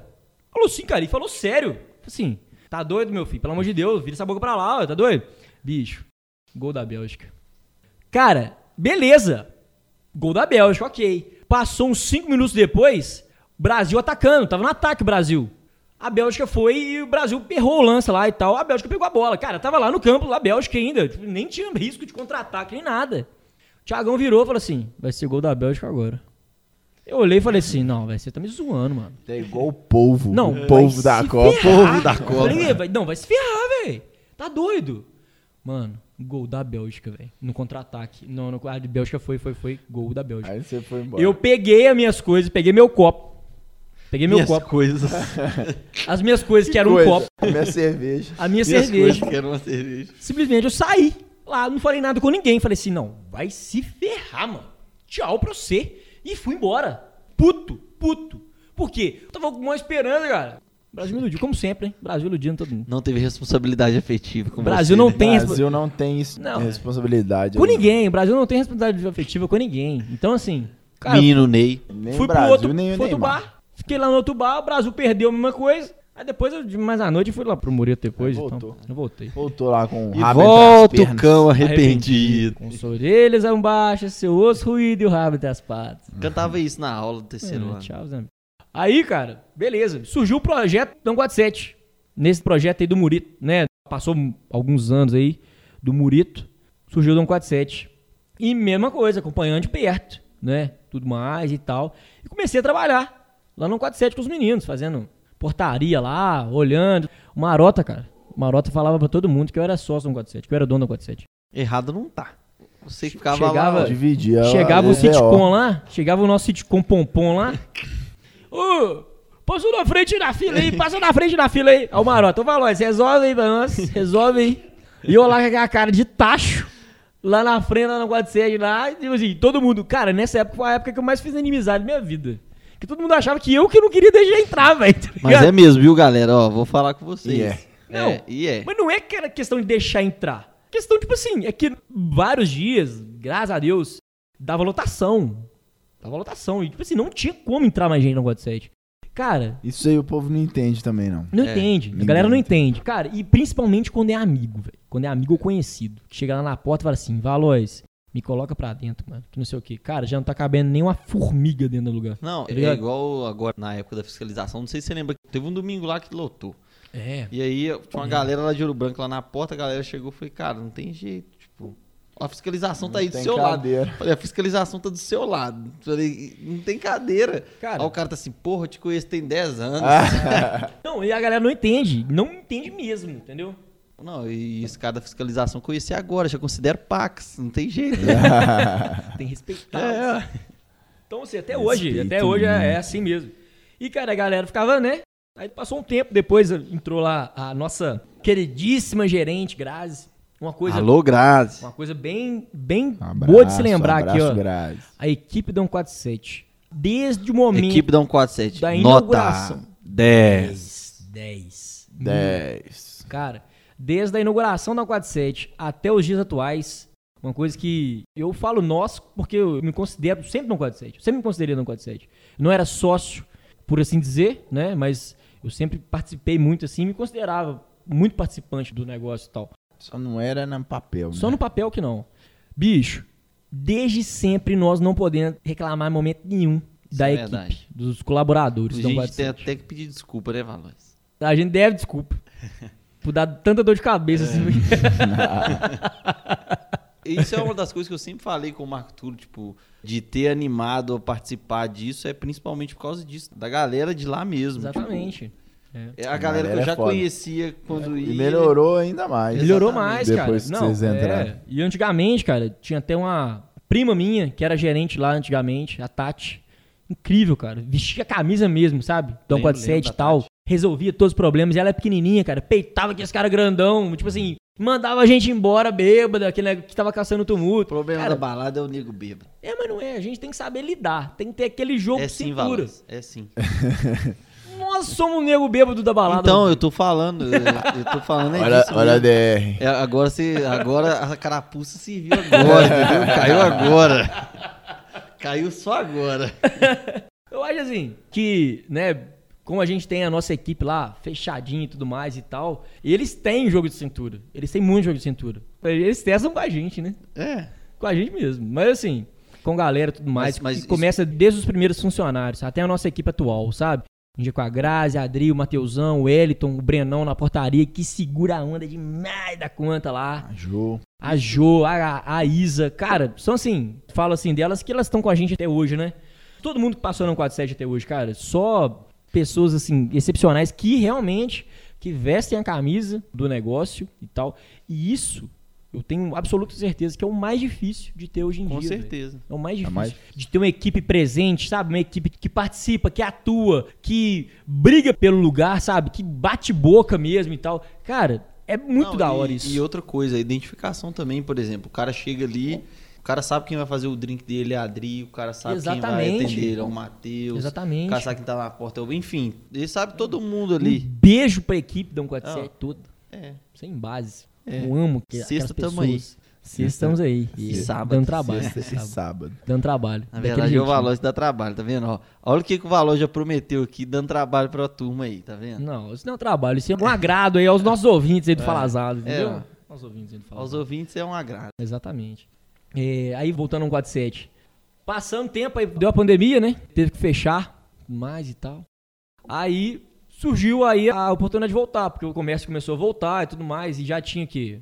Falou sim, cara. E falou sério. Falei Assim, tá doido, meu filho? Pelo amor de Deus, vira essa boca pra lá, ó, tá doido? Bicho, gol da Bélgica. Cara, beleza. Gol da Bélgica, ok. Passou uns 5 minutos depois, Brasil atacando, tava no ataque o Brasil. A Bélgica foi e o Brasil errou o lance lá e tal. A Bélgica pegou a bola. Cara, tava lá no campo, lá a Bélgica ainda. tipo, Nem tinha risco de contra-ataque, nem nada. O Thiagão virou e falou assim: vai ser gol da Bélgica agora. Eu olhei e falei assim: não, velho, você tá me zoando, mano.
É igual o polvo.
Não,
o
vai
polvo
se
da Copa.
ferrar.
polvo da Copa.
Eu falei, vai- não, vai se ferrar, velho. Tá doido. Mano, gol da Bélgica, velho. No contra-ataque. Não, no, a de Bélgica foi, foi, foi. Gol da Bélgica.
Aí você foi embora.
Eu peguei as minhas coisas, peguei meu copo. Peguei meu
Minhas
copo. (laughs)
coisas.
As minhas coisas, que era um
Coisa,
copo.
Minha cerveja.
A minha
Minhas
cerveja.
coisas, que era uma cerveja.
Simplesmente eu saí lá, não falei nada com ninguém. Falei assim, não, vai se ferrar, mano. Tchau pra você. E fui embora. Puto, puto. Por quê? Eu tava com uma esperança, cara. O Brasil me iludiu, como sempre, hein? O Brasil iludindo todo mundo.
Não teve responsabilidade afetiva com
O Brasil
você,
não
né?
tem
o
respo-
Brasil não tem isso-
Não.
responsabilidade.
Com
né?
ninguém, o Brasil não tem responsabilidade afetiva com ninguém. Então, assim, cara,
Menino Ney.
Nem
fui
Brasil,
pro outro,
nem o
fui outro
Neymar.
bar. Fiquei lá no outro bar, o Brasil perdeu a mesma coisa. Aí depois, eu, mais à noite, fui lá pro Murilo depois.
Aí
Então,
voltou.
eu voltei.
Voltou lá com o
E
rabo entre
volta
as
o
pernas.
cão arrependido.
Com suas orelhas eram baixas, seu osso ruído e o rabo entre as patas.
Cantava isso na aula do terceiro
Hum,
ano.
tchau, Zambi. Aí, cara, beleza. Surgiu o projeto Tango 47. Nesse projeto aí do Murito, né? Passou m- alguns anos aí do Murito. Surgiu o Dom 47. E mesma coisa, acompanhando de perto, né? Tudo mais e tal. E comecei a trabalhar lá no 47 com os meninos, fazendo portaria lá, olhando. O Marota, cara. O Marota falava pra todo mundo que eu era sócio do 47, que eu era dono do 47.
Errado não tá. Você que ficava
Chegava-
lá. ó,
Dividia.
Chegava o
VO.
sitcom lá, chegava o nosso sitcom pompom lá. Ô, passou na frente na fila aí, passa na frente na fila aí. Aí o Marota, ô Valois, resolve aí pra nós, resolve aí. E eu lá com aquela cara de tacho, lá na frente, lá no 47, lá, e tipo assim, todo mundo. Cara, nessa época foi a época que eu mais fiz inimizade na minha vida. Que todo mundo achava que eu que não queria deixar entrar, velho. tá
Mas
ligado?
é mesmo, viu, galera? Ó, vou falar com vocês.
E é.
Não.
Não.
e é.
Mas não é que era questão de deixar entrar. Questão, tipo assim, é que vários dias, graças a Deus, dava lotação. Dava lotação. E, tipo assim, não tinha como entrar mais gente no God 7. Cara,
Isso aí o povo não entende também, não.
não
É,
entende. A
ninguém
galera não entende. Cara, e principalmente quando é amigo, velho. Quando é amigo ou conhecido. Que chega lá na porta e fala assim, Valois, me coloca pra dentro, mano. Que não sei o quê. Cara, já não tá cabendo nenhuma formiga dentro do lugar.
Não,
Tá
é
ligado?
igual agora na época da fiscalização. Não sei se você lembra. Teve um domingo lá que lotou.
É.
E aí eu- tinha uma galera lá de Ouro Branco lá na porta. A galera chegou e falei, cara, não tem jeito. Tipo, a fiscalização tá aí do
tem
seu
cadeira.
lado. Falei, a fiscalização tá do seu lado. Falei, não tem cadeira.
Cara. Ah.
aí o cara tá assim, porra, eu te conheço tem 10 anos.
Não, e a galera não entende. Não entende mesmo, entendeu?
(laughs) Não, e esse cara da fiscalização eu conheci agora, já considero Pax, não tem jeito.
É. Tem que respeitar.
É.
Então, assim, até hoje,
Respeito
até hoje
muito.
é, é assim mesmo. E, cara, a galera ficava, né? Aí passou um tempo, depois entrou lá a nossa queridíssima gerente, Grazi. Uma (laughs) coisa,
Alô, Grazi.
uma coisa bem, bem
Abraço,
boa de se lembrar
abraço,
aqui, ó.
Grazi.
A equipe do 147. Desde o momento.
Equipe da 147.
da
Nota
inauguração.
10.
10. 10.
10.
Cara, desde a inauguração da 47 até os dias atuais, uma coisa que eu falo nós, porque eu me considero sempre no 47, eu sempre me considerei no 47. Não era sócio, por assim dizer, né? Mas eu sempre participei muito assim, me considerava muito participante do negócio e tal.
Só não era no papel.
Só
né?
no papel que não. Bicho, desde sempre nós não podemos reclamar em momento nenhum
Isso
da
é
equipe,
verdade.
dos colaboradores
A
da
gente tem até que pedir desculpa, né, Valões?
a gente deve desculpa. Por dar tanta dor de cabeça
É.
assim.
Isso é uma das coisas que eu sempre falei com o Marco Túlio, tipo, de ter animado a participar disso é principalmente por causa disso, da galera de lá
tipo,
mesmo.
Exatamente.
Tipo, é a galera que
Galera
eu
é
já
foda.
conhecia quando ia.
E melhorou ainda mais.
é, Melhorou
Exatamente.
mais, cara.
Depois que
Não,
vocês entraram.
é. E antigamente, cara, tinha até uma prima minha, que era gerente lá antigamente, a Tati. Incrível, cara. Vestia a camisa mesmo, sabe? Dom
Lembro,
47 e
lembro da
tal.
Tati.
resolvia todos os problemas. E ela é pequenininha, cara, peitava aqueles caras grandão, tipo assim, mandava a gente embora bêbada, aquele neg- que tava caçando tumulto.
O problema
Cara,
da balada é o nego bêbado.
É, mas não é, a gente tem que saber lidar, tem que ter aquele jogo
É
de
sim,
cintura.
Valas. É sim.
Nós somos o nego bêbado da balada.
Então, eu tô falando, eu, eu tô falando é
Olha,
disso
olha a
mesmo.
DR.
É, agora, você, agora a carapuça serviu agora, entendeu?
(laughs)
Caiu agora. Caiu só agora.
Eu acho assim, que, né, como a gente tem a nossa equipe lá, fechadinha e tudo mais e tal, eles têm jogo de cintura. Eles têm muito jogo de cintura. Eles testam com a gente, né?
É.
Com a gente mesmo. Mas assim, com galera e tudo mais,
Mas- mas
que
isso-
começa desde os primeiros funcionários, até a nossa equipe atual, sabe? A gente é com a Grazi, a Adri, o Mateusão, o Eliton, o Brenão na portaria, que segura a onda demais da conta lá.
Jô.
A Jo, a, a Isa, cara, são assim, falo assim delas que elas estão com a gente até hoje, né? Todo mundo que passou no 47 até hoje, cara, só pessoas assim, excepcionais que realmente que vestem a camisa do negócio e tal. E isso, eu tenho absoluta certeza que é o mais difícil de ter hoje em
Com
dia. velho.
certeza.
É o mais difícil.
mais
De ter uma equipe presente, sabe? Uma equipe que participa, que atua, que briga pelo lugar, sabe? Que bate boca mesmo e tal. Cara, é muito
Não,
da
e-
hora isso.
E outra coisa, a identificação também, por exemplo. O cara chega ali, o cara sabe quem vai fazer o drink dele, é a Adri, o cara sabe quem
Exatamente.
vai atender ele, é o Matheus.
Exatamente.
O cara sabe quem tá na porta, é o- enfim. Ele sabe todo mundo
Um
ali.
beijo pra equipe da 147 toda.
É.
Sem base.
É.
Eu amo que
Sexta
aquelas
tamo aí.
pessoas. Sexta estamos aí.
E sábado.
Dando trabalho.
Sexta e
Sábado.
sábado.
Dando trabalho.
Na
Daquele
verdade, é o
jeitinho.
Valor dá trabalho, tá vendo? Ó, olha o que, que o Valor já prometeu aqui, dando trabalho pra turma aí, tá vendo?
Não, isso não é um trabalho. Isso é um agrado aí aos nossos ouvintes aí do Falazado, entendeu?
ó.
Aos ouvintes aí do Falazado.
É. Aos ouvintes é um agrado.
Exatamente. É, aí, voltando ao 47. Passando tempo, aí deu a pandemia, né? Teve que fechar mais e tal. Aí surgiu aí a oportunidade de voltar, porque o comércio começou a voltar e tudo mais, e já tinha que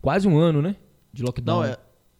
quase um ano, né? De lockdown.
Não, é.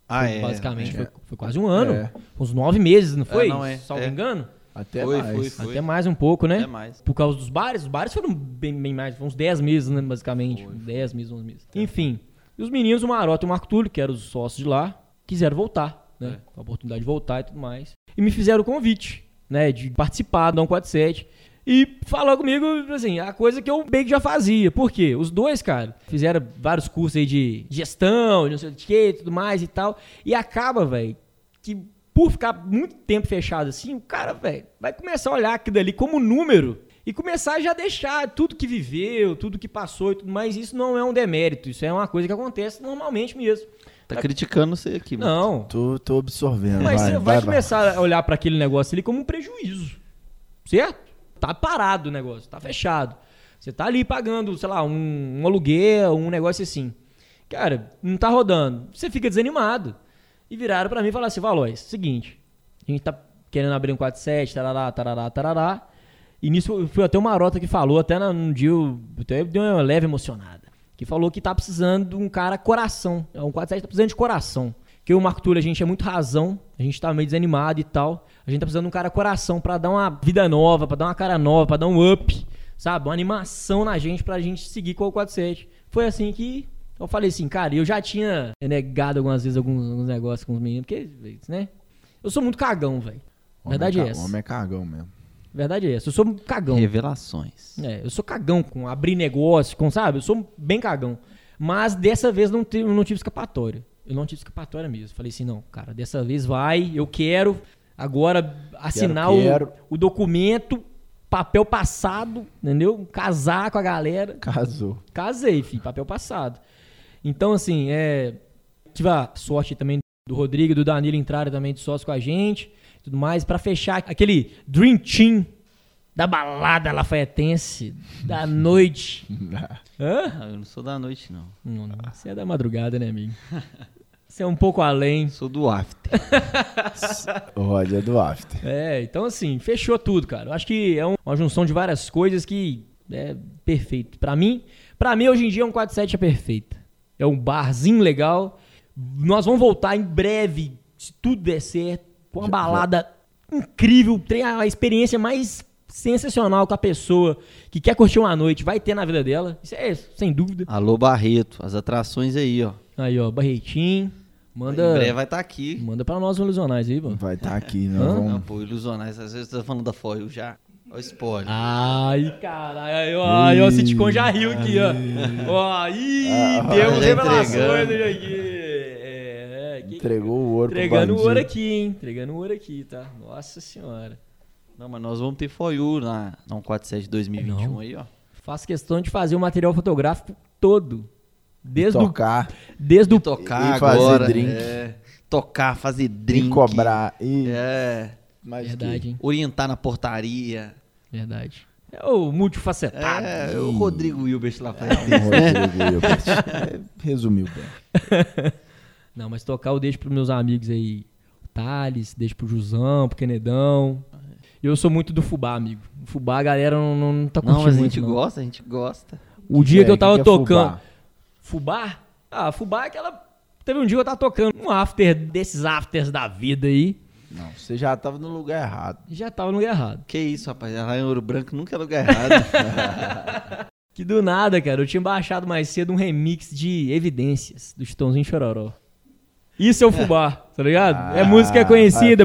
Ah, é.
Basicamente,
é.
Foi, foi quase um ano.
É.
Uns nove meses, não foi?
não é,
Salvo
é.
engano.
Até
Foi,
mais.
foi, foi.
Até mais um pouco, né?
Até mais.
Por causa dos bares, os bares foram bem, bem mais, foi uns 10 meses, né, basicamente. Uns 10 meses, 11 meses.
É.
Enfim, e os meninos, o Maroto e o Marco Túlio, que eram os sócios de lá, quiseram voltar,
É.
né? A oportunidade de voltar e tudo mais. E me fizeram o convite, né, de participar do 147. E falou comigo, assim, a coisa que eu meio que já fazia. Por quê? Os dois, cara, fizeram vários cursos aí de gestão, de não sei o que, tudo mais e tal. E acaba, velho, que por ficar muito tempo fechado assim, o cara, velho, vai começar a olhar aquilo ali como número e começar a já deixar tudo que viveu, tudo que passou e tudo mais. Isso não é um demérito, isso é uma coisa que acontece normalmente mesmo.
Tá criticando você aqui, mano.
Não.
Tô, tô absorvendo.
Mas
vai,
você vai,
vai, vai.
começar a olhar para aquele negócio ali como um prejuízo. Certo? Tá parado o negócio, tá fechado. Você tá ali pagando, sei lá, um, um aluguel, um negócio assim. Cara, não tá rodando. Você fica desanimado. E viraram para mim e falaram assim: Valóis, seguinte, a gente tá querendo abrir um 47, tarará, tarará, tarará. E nisso foi até o Marota que falou, até na- num dia eu até dei uma leve emocionada. Que falou que tá precisando de um cara coração. É, Um 47 tá precisando de coração. Que o Marco Túlio, a gente é muito razão, a gente tá meio desanimado e tal. A gente tá precisando de um cara coração pra dar uma vida nova, pra dar uma cara nova, pra dar um up, sabe? Uma animação na gente pra gente seguir com o 47. Foi assim que eu falei assim, cara, eu já tinha negado algumas vezes alguns, alguns negócios com os meninos, porque, né? Eu sou muito cagão, velho.
Homem
Verdade é
ca-
essa.
Homem é cagão mesmo.
Verdade é essa. Eu sou um cagão.
Revelações.
É, eu sou cagão com abrir negócio, com, sabe? Eu sou bem cagão. Mas dessa vez não, te- eu não tive escapatória. Eu não tive escapatória mesmo. Falei assim, não, cara, dessa vez vai, eu quero agora assinar o-
quero.
O, documento, papel passado, entendeu? Casar com a galera.
Casou.
Casei, filho, papel passado. Então, assim, é, tive a sorte também do Rodrigo e do Danilo entrarem também de sócio com a gente tudo mais, pra fechar aquele Dream Team da balada lafayettense da noite. Hã?
Ah, eu não sou da noite, não.
Não, não, Você é da madrugada, né, amigo? Você é um pouco além.
Eu sou do after.
O Roger é do after.
É, então assim, fechou tudo, cara. Eu acho que é um- uma junção de várias coisas que é perfeito. Pra mim, para mim hoje em dia um 47 é perfeito. É um barzinho legal. Nós vamos voltar em breve, se tudo der certo, com uma balada incrível, tem a a experiência mais sensacional que a pessoa que quer curtir uma noite vai ter na vida dela. Isso é sem dúvida.
Alô, Barreto. As atrações aí, ó.
Aí, ó, Barretinho,
Em breve
manda
vai estar aqui.
manda para nós os ilusionais aí, mano.
Vai estar aqui, né?
Hã?
Vamos...
né? Não, pô, ilusionais. Às vezes você tá falando da Foil já. Olha o spoiler.
Ah. Ai, caralho. Ai, ó, o Sitcom já riu aqui, ó. Ó, aí, temos
já
revelações
entregando.
hoje aqui. É, é, que-
Entregou o ouro
entregando
pro
o
bandido.
ouro aqui, hein? Entregando o ouro aqui, tá? Nossa senhora.
Não, mas nós vamos ter foiu na, na 147 2021
Não.
aí, ó.
Faço questão de fazer o material fotográfico todo. Desde o.
Tocar
Desde o.
Tocar
E fazer
agora.
drink.
é. tocar, fazer drink.
e cobrar. E...
É.
Mas
Verdade, hein?
Orientar na portaria.
Verdade. É o multifacetado.
É, o Rodrigo Hilbert lá faz.
que-
(laughs)
Rodrigo Hilbert. É, Resumiu bem.
Não, mas tocar eu deixo pros meus amigos aí. O Thales, deixo pro Jusão, pro Kenedão. E eu sou muito do fubá, amigo. O fubá a galera não, não, não tá curtindo
Não, mas a
muito,
gente
não.
gosta, a gente gosta.
O dia que,
é?
eu tava
Que que é
tocando.
fubá?
Fubá? Ah, fubá é aquela. Teve um dia que eu tava tocando um after desses afters da vida aí.
Não, você já tava no lugar errado.
E já tava no lugar errado.
Que isso, rapaz. Lá em Ouro Branco nunca é lugar errado.
Que do nada, cara, eu tinha baixado mais cedo um remix de Evidências, do Chitãozinho Chororó. Isso é o fubá, tá ligado? é
Ah,
música conhecida,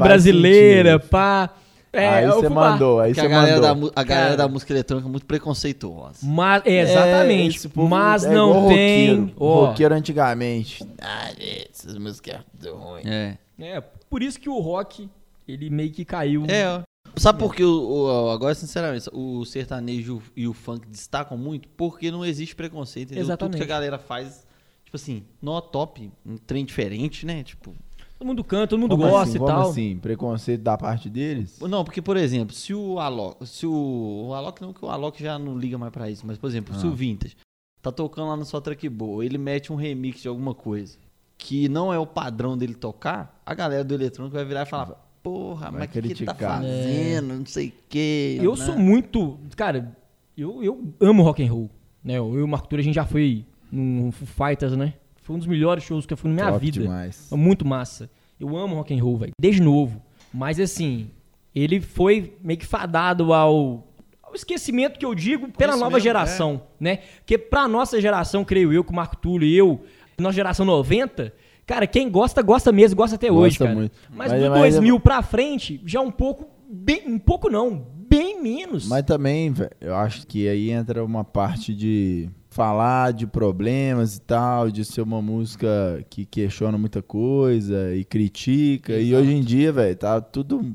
faz- faz
brasileira,
sentido.
pá. É,
aí
é o
você
fubá.
mandou, aí
Porque
você
a galera,
mandou.
da, mu- a galera
Cara.
da música eletrônica é muito preconceituosa.
Mas, é,
É,
exatamente.
esse povo
mas
é
não
igual
tem.
Roqueiro,
ó,
roqueiro antigamente. Ah, essas músicas são ruins.
É.
É, por isso que o rock, ele meio que caiu.
É, ó. Sabe por que, o, o- agora, sinceramente, o sertanejo e o funk destacam muito? Porque não existe preconceito, entendeu?
Exatamente.
Tudo que a galera faz, tipo assim, nó top, um trem diferente, né? Tipo,
Todo mundo canta, todo mundo
Como
gosta
assim,
e
como
tal.
assim? Preconceito da parte deles?
não, porque, por exemplo, se o Alok, se o, o Alok não, que o Alok já não liga mais pra isso, mas, por exemplo, se o Vintage tá tocando lá na sua track boa, ele mete um remix de alguma coisa que não é o padrão dele tocar, a galera do eletrônico vai virar e falar, porra,
Vai
mas o que, que tá
criticar.
fazendo, não sei o né? que.
Eu sou muito. Cara, eu, eu amo rock and roll. Né? Eu e o Marco Túlio, a gente já foi no Foo Fighters, né? Foi um dos melhores shows que eu fui na minha
Top
vida.
demais.
É muito massa. Eu amo rock and roll, velho. Desde novo. Mas assim, ele foi meio que fadado ao, ao esquecimento que eu digo pela
isso
nova
mesmo,
geração, né? Porque pra nossa geração, creio eu, que o Marco Túlio e eu, nossa geração 90, cara, quem gosta gosta mesmo, gosta até
Gosta
hoje, cara.
muito.
Mas,
Mas- é
do
mas-
2000 pra frente, já um pouco bem, um pouco não, bem menos.
Mas também, velho, eu acho que aí entra uma parte de falar de problemas e tal, de ser uma música que questiona muita coisa e critica. E hoje em dia, velho, tá tudo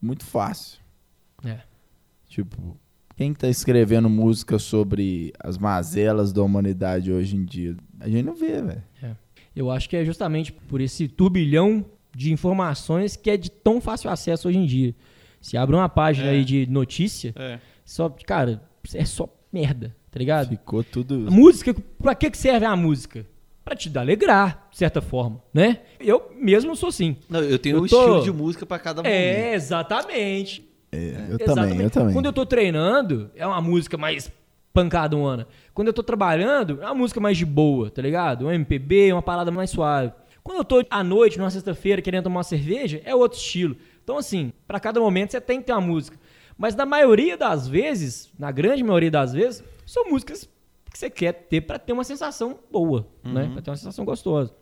muito fácil.
É.
Tipo, quem que tá escrevendo música sobre as mazelas da humanidade hoje em dia? A gente não vê, velho.
Eu acho que é justamente por esse turbilhão de informações que é de tão fácil acesso hoje em dia. Se abre uma página aí de notícia,
É.
só, cara, é só merda, tá ligado?
Ficou tudo.
A música, pra que que serve a música? Pra te alegrar, de certa forma, né? Eu mesmo sou assim.
Não, eu tenho
Eu
um
tô-
estilo de música pra cada momento.
É, exatamente.
É, eu
Exatamente.
também, eu também.
Quando eu tô treinando, é uma música mais pancadona. Quando eu tô trabalhando, é uma música mais de boa, tá ligado? Um MPB, uma parada mais suave. Quando eu tô à noite, numa sexta-feira, querendo tomar uma cerveja, é outro estilo. Então, assim, pra cada momento você tem que ter uma música. Mas na maioria das vezes, na grande maioria das vezes, são músicas que você quer ter pra ter uma sensação boa, né? Pra ter uma sensação gostosa.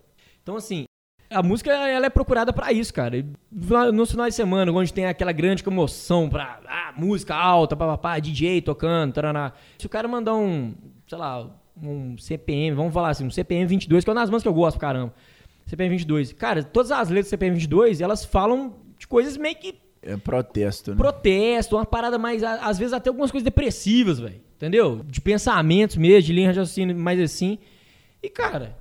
Então, assim, a música ela é procurada pra isso, cara. E lá Nos finais de semana, onde tem aquela grande comoção pra ah, música alta, papapá, DJ tocando, taraná. Se o cara mandar um, sei lá, um CPM, vamos falar assim, um CPM 22, que é uma das músicas que eu gosto, pra caramba. CPM 22. Cara, todas as letras do CPM 22, elas falam de coisas meio que
É protesto, né?
protesto, uma parada mais, a- às vezes até algumas coisas depressivas, velho. Entendeu? De pensamentos mesmo, de linha de raciocínio, mais assim. E, cara,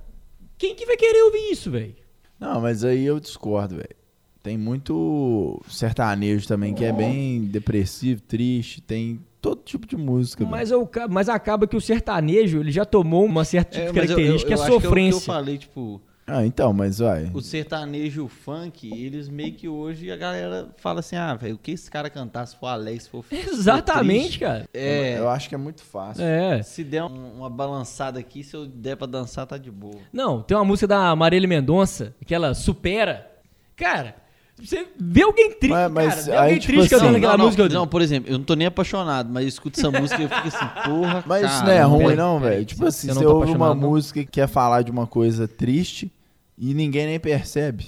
quem que vai querer ouvir isso, velho?
Não, mas aí eu discordo, velho. Tem muito sertanejo também que é bem depressivo, triste, tem todo tipo de música. velho.
Mas, eu, ca- mas acaba que o sertanejo ele já tomou uma certa tipo de
mas eu-
característica,
eu- eu
que é
acho que é o que eu
sofrência. (laughs)
falei, tipo,
Ah, então, mas vai.
o sertanejo e o funk, eles meio que hoje a galera fala assim, ah, velho, o que esse cara cantar se for alegre,
(laughs)
se for se for
Exatamente,
triste?"
cara.
É,
Eu acho que é muito fácil.
É.
se der um- uma balançada aqui, se eu der pra dançar, tá de boa.
Não, tem uma música da Marília Mendonça, que ela supera. Cara, você vê alguém triste,
Mas- mas
cara. Vê
aí,
alguém
tipo
triste
assim-
cantando aquela música.
não, por exemplo, eu não tô nem apaixonado, mas eu escuto essa música e eu fico assim, porra,
Mas isso
Ah,
cara,
não é ruim,
pode-
não,
peraí,
velho. Tipo
você-
assim,
você
você,
não tá
ouve uma
apaixonado, não?
música que quer falar de uma coisa triste e ninguém nem percebe.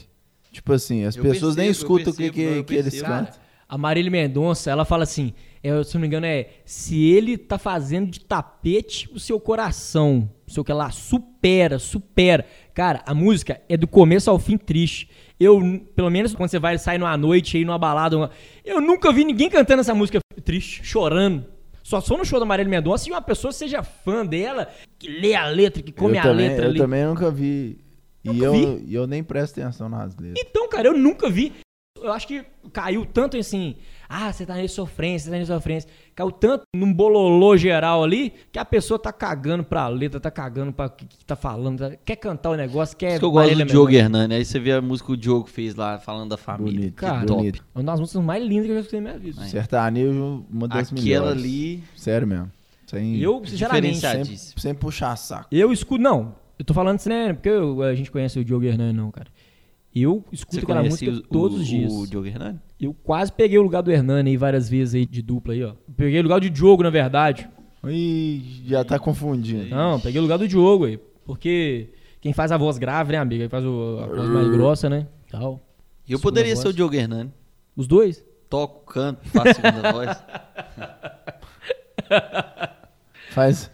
Tipo assim, as
Eu
pessoas nem
percebo, eu
escutam o que,
percebo, não,
que,
eu
que eles
percebo.
Cara,
cantam.
a Marília Mendonça, ela fala assim: É, se não me engano, é se ele tá fazendo de tapete o seu coração. O seu que lá, supera, supera. Cara, a música é do começo ao fim triste. Eu, n- pelo menos quando você vai sair numa noite aí numa balada, uma- eu nunca vi ninguém cantando essa música triste, chorando. Só só no show da Marília Mendonça e uma pessoa seja fã dela, que lê a letra, que come
eu
a
também,
letra
eu
ali.
também nunca vi. e
Nunca
eu,
vi?
e eu nem presto atenção nas letras.
Então, cara, eu nunca vi. Eu acho que caiu tanto em, assim. Ah, você tá na sofrência, você tá na sofrência. Caiu tanto num bololô geral ali que a pessoa tá cagando pra letra, tá cagando pra o que, que tá falando. tá- Quer cantar o negócio, quer.
é
Isso que eu gosto
Marília
do Diogo
Mendonça.
Hernani. Aí você vê a música que o Diogo fez lá, falando da família.
Bonito,
que
cara.
top.
bonito.
É uma das músicas mais lindas que eu já escutei na minha vida.
Sertanejo, uma das
Aquela
melhores.
ali,
Sério mesmo. Sem,
Eu, sinceramente,
Diferenciado.
sem, sem puxar saco.
eu escuto. Não, eu tô falando isso, né? Porque eu- a gente conhece o Diogo Hernani, não, cara. Eu escuto
você
aquela
conhece
música
o,
todos
o-
os dias.
o Diogo Hernani?
Eu quase peguei o lugar do Hernani aí várias vezes aí de dupla aí, ó. Peguei o lugar de Diogo, na verdade.
Ih, já tá confundindo.
Não, peguei o lugar do Diogo aí. Porque quem faz a voz grave, né, amiga? Quem faz o- a voz mais grossa, né? Tal.
Eu
Segunda
poderia ser o
voz.
Diogo Hernani.
Os dois?
Toco, canto, faço
(laughs)
segunda voz.
Faz.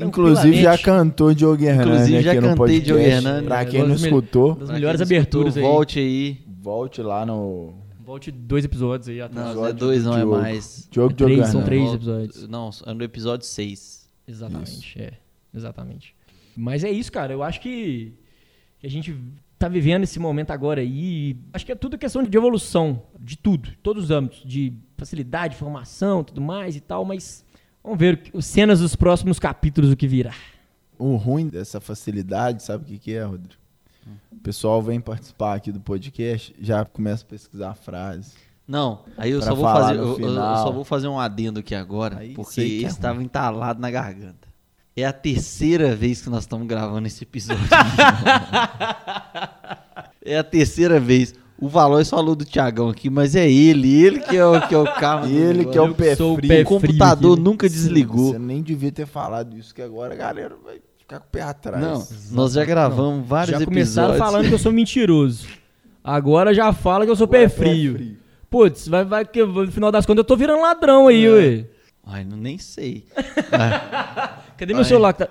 Inclusive já cantou Diogo Hernani
Inclusive, já
aqui no
cantei
podcast.
Diogo né, Hernani.
Pra
É,
quem não
das mel-
escutou,
das
Pra
melhores
quem não
aberturas
escutou,
aí.
Volte aí.
volte lá no...
Volte dois episódios aí atrás.
Não, não é
Episódio
dois,
do
não é
Diogo.
mais.
Diogo
É
Diogo
três, são
Hernani.
três
Volta-
episódios.
Não, é no episódio 6.
Exatamente, é. Exatamente. Mas é isso, cara. Eu acho que, que a gente tá vivendo esse momento agora aí. Acho que é tudo questão de evolução, de tudo, todos os âmbitos, de facilidade, formação, tudo mais e tal, mas vamos ver o que- os cenas dos próximos capítulos do que virá.
O ruim dessa facilidade, sabe o que, que é, Rodrigo? O pessoal vem participar aqui do podcast, já começa a pesquisar a frase.
Não, aí eu
Pra
só vou
falar
fazer.
no
Eu, eu- eu
final.
só vou fazer um adendo aqui agora,
Aí
porque
sei que é
estava entalado na garganta. É a terceira vez que nós estamos gravando esse
(laughs)
episódio. é a terceira vez. O é Valois falou do Tiagão aqui, mas é ele, ele que é o que
(laughs)
é o carro. do
Ele que é o
Eu
pé
sou o
frio.
pé
O computador
aqui, né?
nunca desligou.
Você nem devia ter falado isso, que agora a galera vai ficar com o pé atrás.
Não, nós já gravamos vários
Já começaram
episódios.
falando que eu sou mentiroso. Agora já fala que eu sou
Agora
pé
é pé
frio.
frio.
Putz, vai, vai que eu- no final das contas eu tô virando ladrão
É.
aí, ué.
Ai, não nem sei.
Cadê meu celular? que tá-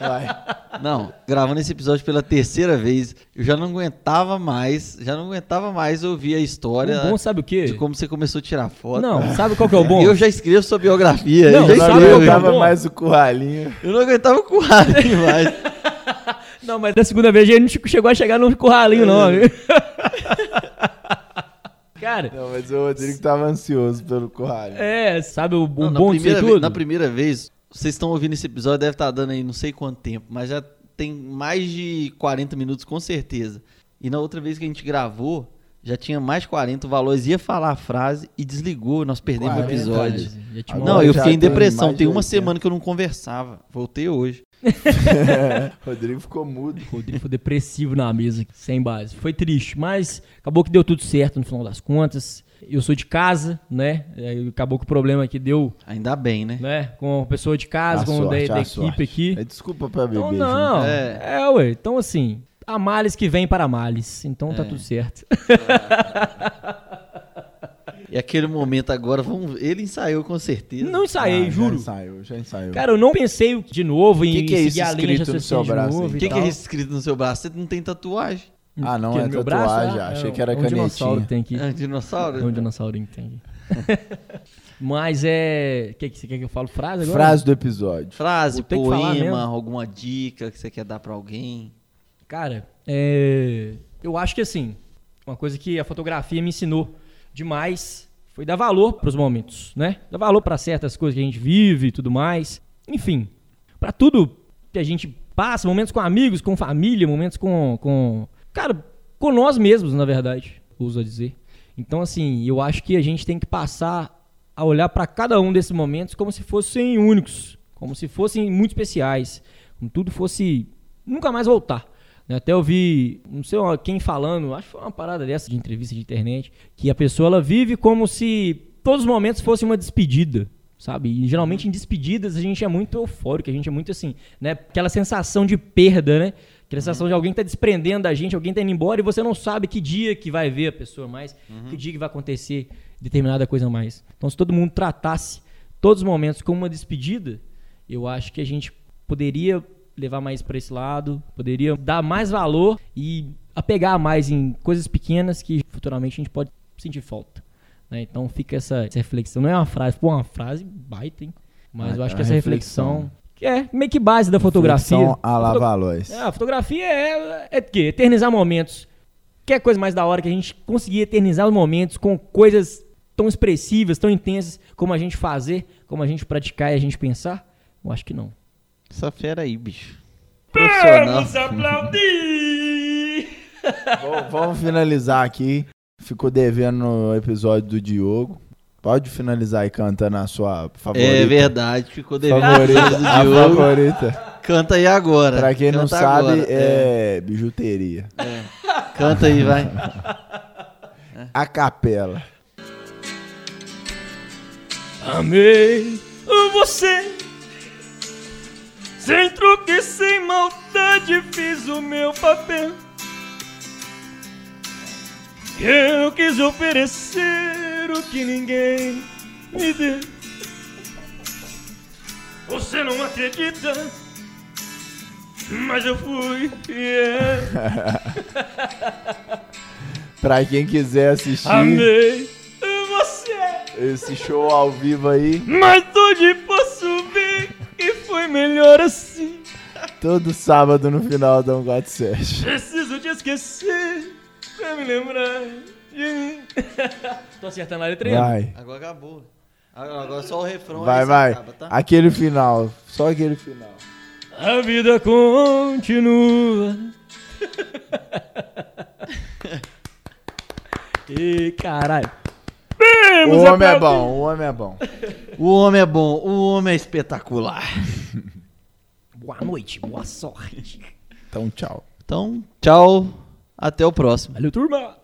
Vai.
Não, gravando esse episódio pela terceira vez, eu já não aguentava mais, já não aguentava mais ouvir a história
O bom sabe o quê?
de como você começou a tirar foto.
Não, sabe qual que é o
(laughs)
bom?
Eu já escrevo sua biografia.
Não,
eu, já
Agora
sabe
eu
escrevo.
qual que é o
jogava
bom?
mais o curralinho.
eu não aguentava o quadro mais.
Não, mas da segunda vez a gente não chegou a chegar num curralinho, não.
É.
viu? (laughs) Cara,
Não, mas o Rodrigo tava ansioso pelo curralinho.
é, sabe o, o
Não, na,
bom disso aí
primeira
tudo?
vez, na primeira vez, vocês estão ouvindo esse episódio, deve estar dando aí não sei quanto tempo, mas já tem mais de 40 minutos com certeza. E na outra vez que a gente gravou, já tinha mais de 40, o Valores ia falar a frase e desligou, nós perdemos o
40,
episódio. Ah,
É, Cara, já te
Agora
Não, eu
já
fiquei em
tem
depressão.
mais
Tem
de
uma
80.
semana que eu não conversava. Voltei hoje.
Rodrigo ficou mudo.
O Rodrigo foi depressivo na mesa, sem base. Foi triste, mas acabou que deu tudo certo no final das contas. Eu sou de casa, né? É, Acabou que o problema aqui deu,
Ainda bem, né?
né? Com a pessoa de casa,
A
com o da,
sorte,
da
a
equipe
sorte.
aqui.
É desculpa pra beber. Ah,
Então
gente.
não.
É.
É, ué. Então assim, há males que vêm para males. Então tá
É.
(laughs)
tudo certo.
E aquele momento agora, vamos ver. ele ensaiou com certeza.
Não ensaiei,
Ah, Já
juro.
ensaiou, já ensaiou.
Cara, eu não pensei de novo em
Que que é isso
seguir a linha de
escrito no
raciocínio
seu
de
braço
novo
O
aí?
e
que, que
tal.
é isso escrito no seu braço? Você não tem tatuagem?
ah, não,
Que
é
no meu
tatuagem.
braço? Ah,
achei
é
que era
um dinossauro que
canetinha.
tem aqui.
É um
É um
dinossauro?
dinossaurinho que tem aqui. (laughs) Mas é... O que, que você quer que eu falo? Frase agora?
Frase do episódio.
Frase,
Vou ter que falar mesmo.
poema, alguma dica que você quer dar pra alguém?
Cara, é, eu acho que assim, uma coisa que a fotografia me ensinou demais foi dar valor pros momentos, né? Dar valor pra certas coisas que a gente vive e tudo mais. Enfim, pra tudo que a gente passa, momentos com amigos, com família, momentos com, com cara, com nós mesmos, na verdade, uso a dizer. Então assim, eu acho que a gente tem que passar a olhar pra cada um desses momentos como se fossem únicos, como se fossem muito especiais, como tudo fosse nunca mais voltar. né? Até eu vi, não sei quem falando, acho que foi uma parada dessa de entrevista de internet, que a pessoa ela vive como se todos os momentos fossem uma despedida, sabe? E geralmente em despedidas a gente é muito eufórico, a gente é muito assim, né? Aquela sensação de perda, né? Aquela sensação de alguém que tá desprendendo da gente, alguém tá indo embora e você não sabe que dia que vai ver a pessoa mais, que dia que vai acontecer determinada coisa mais. Então, se todo mundo tratasse todos os momentos como uma despedida, eu acho que a gente poderia levar mais para esse lado, poderia dar mais valor e apegar mais em coisas pequenas que futuramente a gente pode sentir falta. né? Então fica essa, essa reflexão. Não é uma frase, pô, uma frase baita, hein? Mas
Ah,
eu acho
é
que
uma
essa reflexão, que é meio que base da fotografia.
Flexão Então, a la
Foto-
Valois.
é, a fotografia é, é o quê? Eternizar momentos. Que é coisa mais da hora que a gente conseguir eternizar os momentos com coisas tão expressivas, tão intensas, como a gente fazer, como a gente praticar e a gente pensar? Eu acho que não.
Essa fera aí, bicho. Profissional. (laughs)
aplaudir!
Bom, vamos finalizar aqui. Ficou devendo o episódio do Diogo. Pode finalizar aí cantando a sua favorita.
É verdade, ficou devendo.
Favorita, (laughs)
do
a
Diogo.
favorita.
Canta aí agora.
Pra quem não
Canta
sabe,
Então tá agora.
é, bijuteria.
É. Canta aí, vai.
A capela.
Amei você Sem truque, sem maldade Fiz o meu papel Eu quis oferecer O que ninguém me deu Você não acredita Mas eu fui fiel
Pra quem quiser assistir
Amei você
esse show ao vivo aí,
Mas hoje posso ver que foi melhor assim.
todo sábado no final da 147.
Preciso te esquecer pra me lembrar de mim. (laughs) Tô acertando a letra aí?
Vai.
Agora acabou. Agora, agora só o refrão.
Vai,
aí você
vai.
acaba, tá?
Aquele final. Só aquele final.
A vida continua. (laughs) Ih, caralho.
O homem é bom, o homem é bom.
O homem é bom, o homem é espetacular.
Boa noite, boa sorte.
Então, tchau.
Então, tchau. Até o próximo.
Valeu, turma.